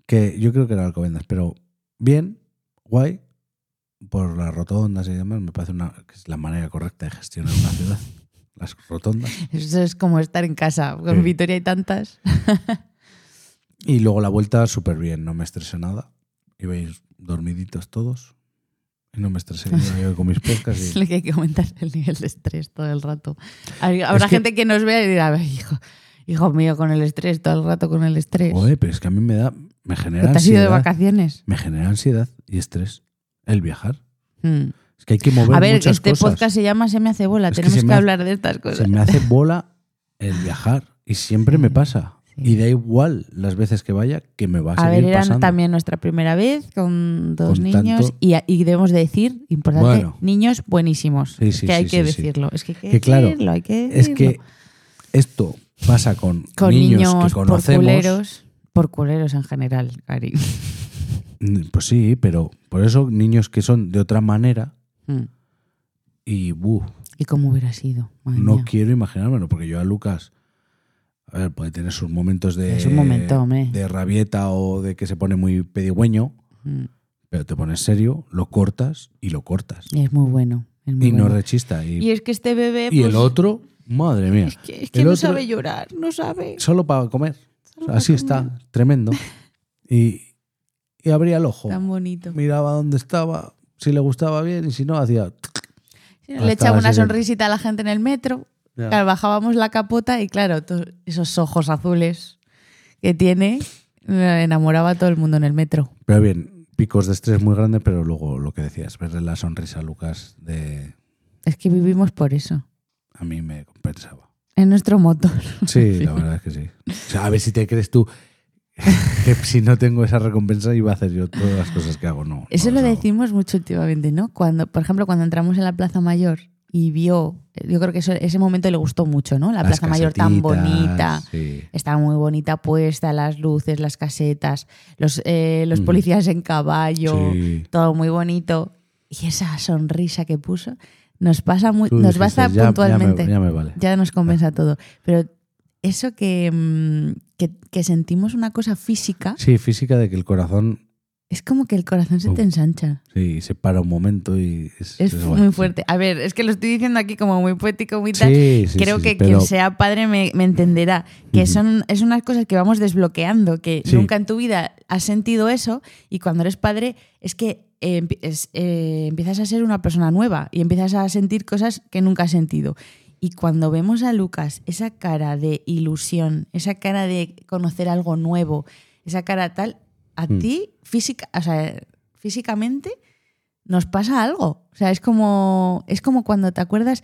S3: Que yo creo que era Alcobendas, pero bien, guay, por las rotondas y demás, me parece una, que es la manera correcta de gestionar una ciudad. Las rotondas.
S2: Eso es como estar en casa, con
S3: Sí.
S2: Vitoria y tantas.
S3: Y luego la vuelta súper bien, no me estresé nada. Ibais dormiditos todos. Y no me estresé que iba yo con mis
S2: Es
S3: podcasts. y-
S2: lo que hay que aumentar el nivel de estrés todo el rato. Hay- Habrá
S3: Es que-
S2: gente que... nos vea y dirá, "A ver, hijo, hijo mío, con el estrés, todo el rato con el estrés.
S3: Joder, pero es que a mí me da.
S2: Que
S3: Me genera
S2: te has ido de
S3: ansiedad.
S2: vacaciones.
S3: Me genera ansiedad y estrés el viajar.
S2: Mm.
S3: Es que hay que mover
S2: A ver,
S3: muchas
S2: este
S3: cosas.
S2: podcast se llama Se me hace bola.
S3: Es que
S2: Tenemos
S3: se
S2: que,
S3: me hace-
S2: hablar de estas cosas.
S3: Se me hace bola el viajar y siempre
S2: Sí,
S3: me pasa.
S2: sí.
S3: Y da igual las veces que vaya que me va a,
S2: A
S3: seguir
S2: ver, era
S3: pasando.
S2: también nuestra primera vez con dos
S3: Con
S2: niños
S3: tanto-
S2: y, y debemos de decir, importante,
S3: Bueno.
S2: niños buenísimos.
S3: Sí,
S2: Es
S3: sí,
S2: que hay
S3: sí,
S2: que
S3: sí, sí.
S2: decirlo. Es que hay que,
S3: Que claro,
S2: decirlo, hay que
S3: Es que
S2: decirlo.
S3: esto pasa con,
S2: con
S3: niños,
S2: niños,
S3: que conocemos.
S2: por culeros, por culeros en general, Cari.
S3: Mm, Pues sí, pero por eso niños que son de otra manera
S2: Mm.
S3: y buh,
S2: ¿Y cómo hubiera sido? Madre
S3: no
S2: mía.
S3: quiero imaginármelo porque yo a Lucas a ver, puede tener sus momentos de
S2: Es un momento, hombre.
S3: de rabieta o de que se pone muy pedigüeño,
S2: Mm.
S3: pero te pones serio, lo cortas y lo cortas.
S2: Y Es muy bueno. es muy
S3: Y no
S2: bueno.
S3: rechista y,
S2: Y es que este bebé.
S3: y
S2: pues,
S3: el otro, madre mía.
S2: Es que, es que
S3: El
S2: no
S3: otro-
S2: sabe llorar, no sabe.
S3: solo para comer.
S2: Solo para
S3: Así está, tremendo. Y, y abría el ojo,
S2: Tan bonito.
S3: miraba dónde estaba, si le gustaba bien y si no, hacía.
S2: Le
S3: Hasta
S2: echaba
S3: la
S2: una
S3: siguiente.
S2: sonrisita a la gente en el metro.
S3: Ya.
S2: Claro, bajábamos la capota y claro, to- esos ojos azules que tiene eh, enamoraba a todo el mundo en el metro.
S3: Pero bien, picos de estrés muy grande, pero luego lo que decías, verle la sonrisa a Lucas de
S2: Es que vivimos por eso,
S3: a mí me compensaba.
S2: en nuestro motor.
S3: Sí, la verdad es que sí. O sea, a ver si te crees tú que si no tengo esa recompensa iba a hacer yo todas las cosas que hago. No.
S2: Eso
S3: no
S2: lo
S3: las hago.
S2: decimos mucho últimamente, ¿no? Cuando, por ejemplo, cuando entramos en la Plaza Mayor y vio, yo creo que eso- ese momento le gustó mucho, ¿no? La
S3: Las
S2: Plaza Mayor tan
S3: casetitas,
S2: bonita.
S3: sí.
S2: Está muy bonita puesta, las luces, las casetas, los, eh, los policías en caballo,
S3: Sí.
S2: todo muy bonito. Y esa sonrisa que puso nos pasa muy,
S3: Tú
S2: nos
S3: dijiste,
S2: basta
S3: "Ya- ya me-
S2: puntualmente.
S3: Ya me, vale.
S2: Ya nos compensa todo. Pero eso que, mm, que, que sentimos una cosa física,
S3: Sí, física de que el corazón
S2: es como que el corazón se te
S3: Uh.
S2: ensancha.
S3: sí, se para un momento y es,
S2: Es
S3: es guay,
S2: muy
S3: sí.
S2: fuerte. A ver, es que lo estoy diciendo aquí como muy poético, muy tal.
S3: Sí, sí,
S2: Creo
S3: sí,
S2: que
S3: pero-
S2: quien sea padre me, me entenderá. Que
S3: Ujú.
S2: son es unas cosas que vamos desbloqueando, que
S3: Sí.
S2: nunca en tu vida has sentido eso y cuando eres padre es que eh, empie- es, eh, empiezas a ser una persona nueva y empiezas a sentir cosas que nunca has sentido. Y cuando vemos a Lucas, esa cara de ilusión, esa cara de conocer algo nuevo, esa cara tal, a
S3: Mm.
S2: ti física, o sea, físicamente nos pasa algo. O sea, es como, es como cuando te acuerdas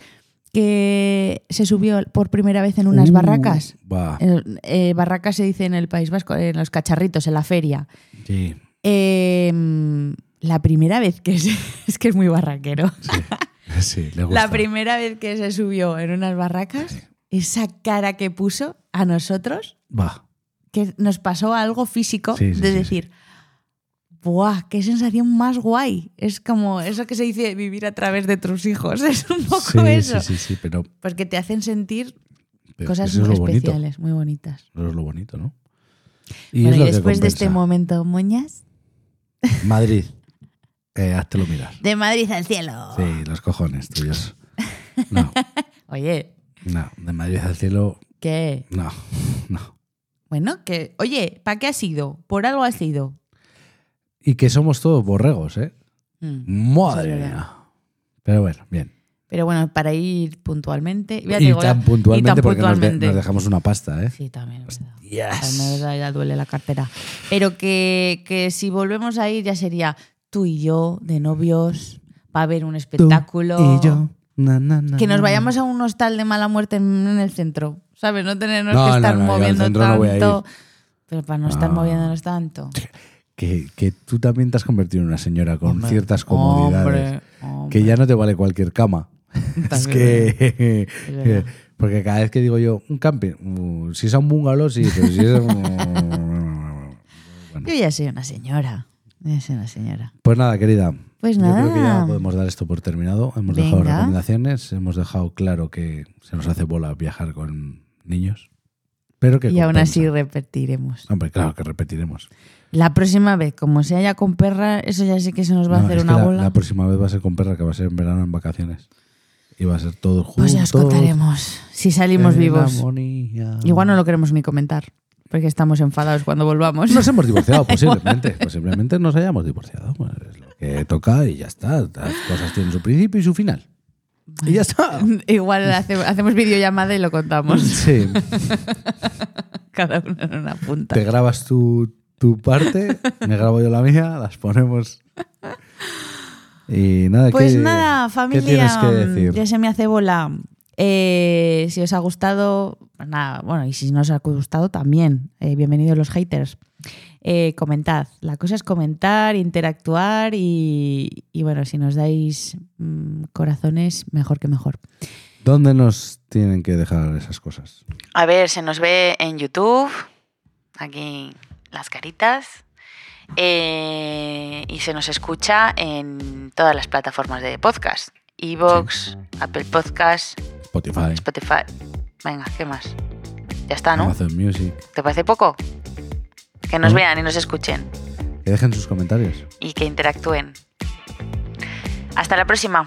S2: que se subió por primera vez en unas
S3: Uh,
S2: barracas.
S3: va,
S2: El- eh, barracas se dice en el País Vasco, en los cacharritos, en la feria.
S3: sí,
S2: Eh, mm, la primera vez que se, es que es muy barraquero.
S3: sí, sí, le gusta.
S2: La primera vez que se subió en unas barracas, esa cara que puso a nosotros,
S3: Va,
S2: que nos pasó algo físico
S3: Sí, sí,
S2: de
S3: sí,
S2: decir, ¡buah! ¡Qué sensación más guay! Es como eso que se dice vivir a través de tus hijos. Es un poco
S3: sí,
S2: eso.
S3: sí, sí, sí, pero,
S2: Porque te hacen sentir
S3: pero
S2: cosas
S3: eso es
S2: muy
S3: lo bonito.
S2: especiales, muy bonitas.
S3: Eso es lo bonito, ¿no?
S2: Bueno,
S3: es
S2: y
S3: lo que
S2: después de
S3: compensa.
S2: este momento, Moñas,
S3: Madrid, eh, háztelo mirar.
S2: de Madrid al cielo.
S3: Sí, los cojones tuyos. No,
S2: Oye,
S3: no, de Madrid al cielo,
S2: ¿qué?
S3: no, no.
S2: Bueno, que, oye, ¿para qué has ido? Por algo has ido.
S3: Y que somos todos borregos, ¿eh?
S2: Mm.
S3: Madre
S2: Eso es
S3: mía. Pero bueno, bien.
S2: Pero bueno, para ir puntualmente. ya te
S3: Y
S2: digo, ya-
S3: tan puntualmente,
S2: y tan
S3: porque nos de-
S2: puntualmente.
S3: Nos, dejamos una pasta, ¿eh?
S2: Sí, también, es verdad.
S3: Yes.
S2: También es verdad, ya duele la cartera. Pero que, que si volvemos a ir ya sería tú y yo, de novios, va a haber un espectáculo.
S3: Y yo. na, na, na,
S2: Que nos
S3: na,
S2: vayamos a un hostal de mala muerte en, en el centro, ¿sabes? No tenernos
S3: No,
S2: que
S3: no,
S2: estar
S3: no, yo al
S2: moviendo
S3: centro no voy a ir.
S2: tanto. pero para no estar
S3: No.
S2: moviéndonos tanto.
S3: na. Que, que tú también te has convertido en una señora con
S2: Hombre,
S3: ciertas comodidades.
S2: hombre, hombre.
S3: que ya no te vale cualquier cama. es
S2: También.
S3: que.
S2: verdad.
S3: porque cada vez que digo yo, un camping, uh, si es a un bungalow, sí, pero si es. un-
S2: Yo ya soy una señora. Ya soy una señora.
S3: Pues nada, querida.
S2: Pues
S3: Yo creo que ya
S2: nada.
S3: podemos dar esto por terminado. Hemos dejado
S2: Venga.
S3: recomendaciones, hemos dejado claro que se nos hace bola viajar con niños. Pero que
S2: Y aún
S3: compensa.
S2: así repetiremos.
S3: Hombre, claro que repetiremos.
S2: La próxima vez, como sea ya con perra, eso ya sí que se nos va a
S3: No,
S2: hacer
S3: es que
S2: una
S3: la,
S2: bola.
S3: la próxima vez va a ser con perra, que va a ser en verano en vacaciones. Y va a ser todo juntos.
S2: Pues ya os contaremos si salimos
S3: en
S2: vivos.
S3: armonía.
S2: Igual no lo queremos ni comentar, porque estamos enfadados cuando volvamos.
S3: Nos hemos divorciado, posiblemente. posiblemente nos hayamos divorciado. Bueno, es lo que toca y ya está. Las cosas tienen su principio y su final. Y ya está.
S2: Igual hace- hacemos videollamada y lo contamos,
S3: Sí.
S2: cada uno en una punta.
S3: Te grabas tu, tu parte, me grabo yo la mía, las ponemos. Y nada,
S2: Pues
S3: ¿qué-
S2: nada, familia, mm,
S3: ¿Qué tienes que decir?
S2: ya se me hace bola. Eh, si os ha gustado, pues nada, bueno, y si no os ha gustado también, eh, bienvenidos los haters. Eh, comentad, la cosa es comentar, interactuar y, y bueno, si nos dais mm, corazones, mejor que mejor.
S3: ¿Dónde nos tienen que dejar esas cosas?
S1: A ver, se nos ve en YouTube, aquí las caritas, eh, y se nos escucha en todas las plataformas de podcast. Evox, Apple Podcast,
S3: Spotify,
S1: Spotify. Venga, ¿qué más? Ya está,
S2: Ah,
S1: ¿no?
S3: Amazon Music.
S1: ¿Te parece poco? Que nos
S3: ¿No?
S1: vean y nos escuchen
S3: Que dejen sus comentarios.
S1: y que interactúen. Hasta la próxima.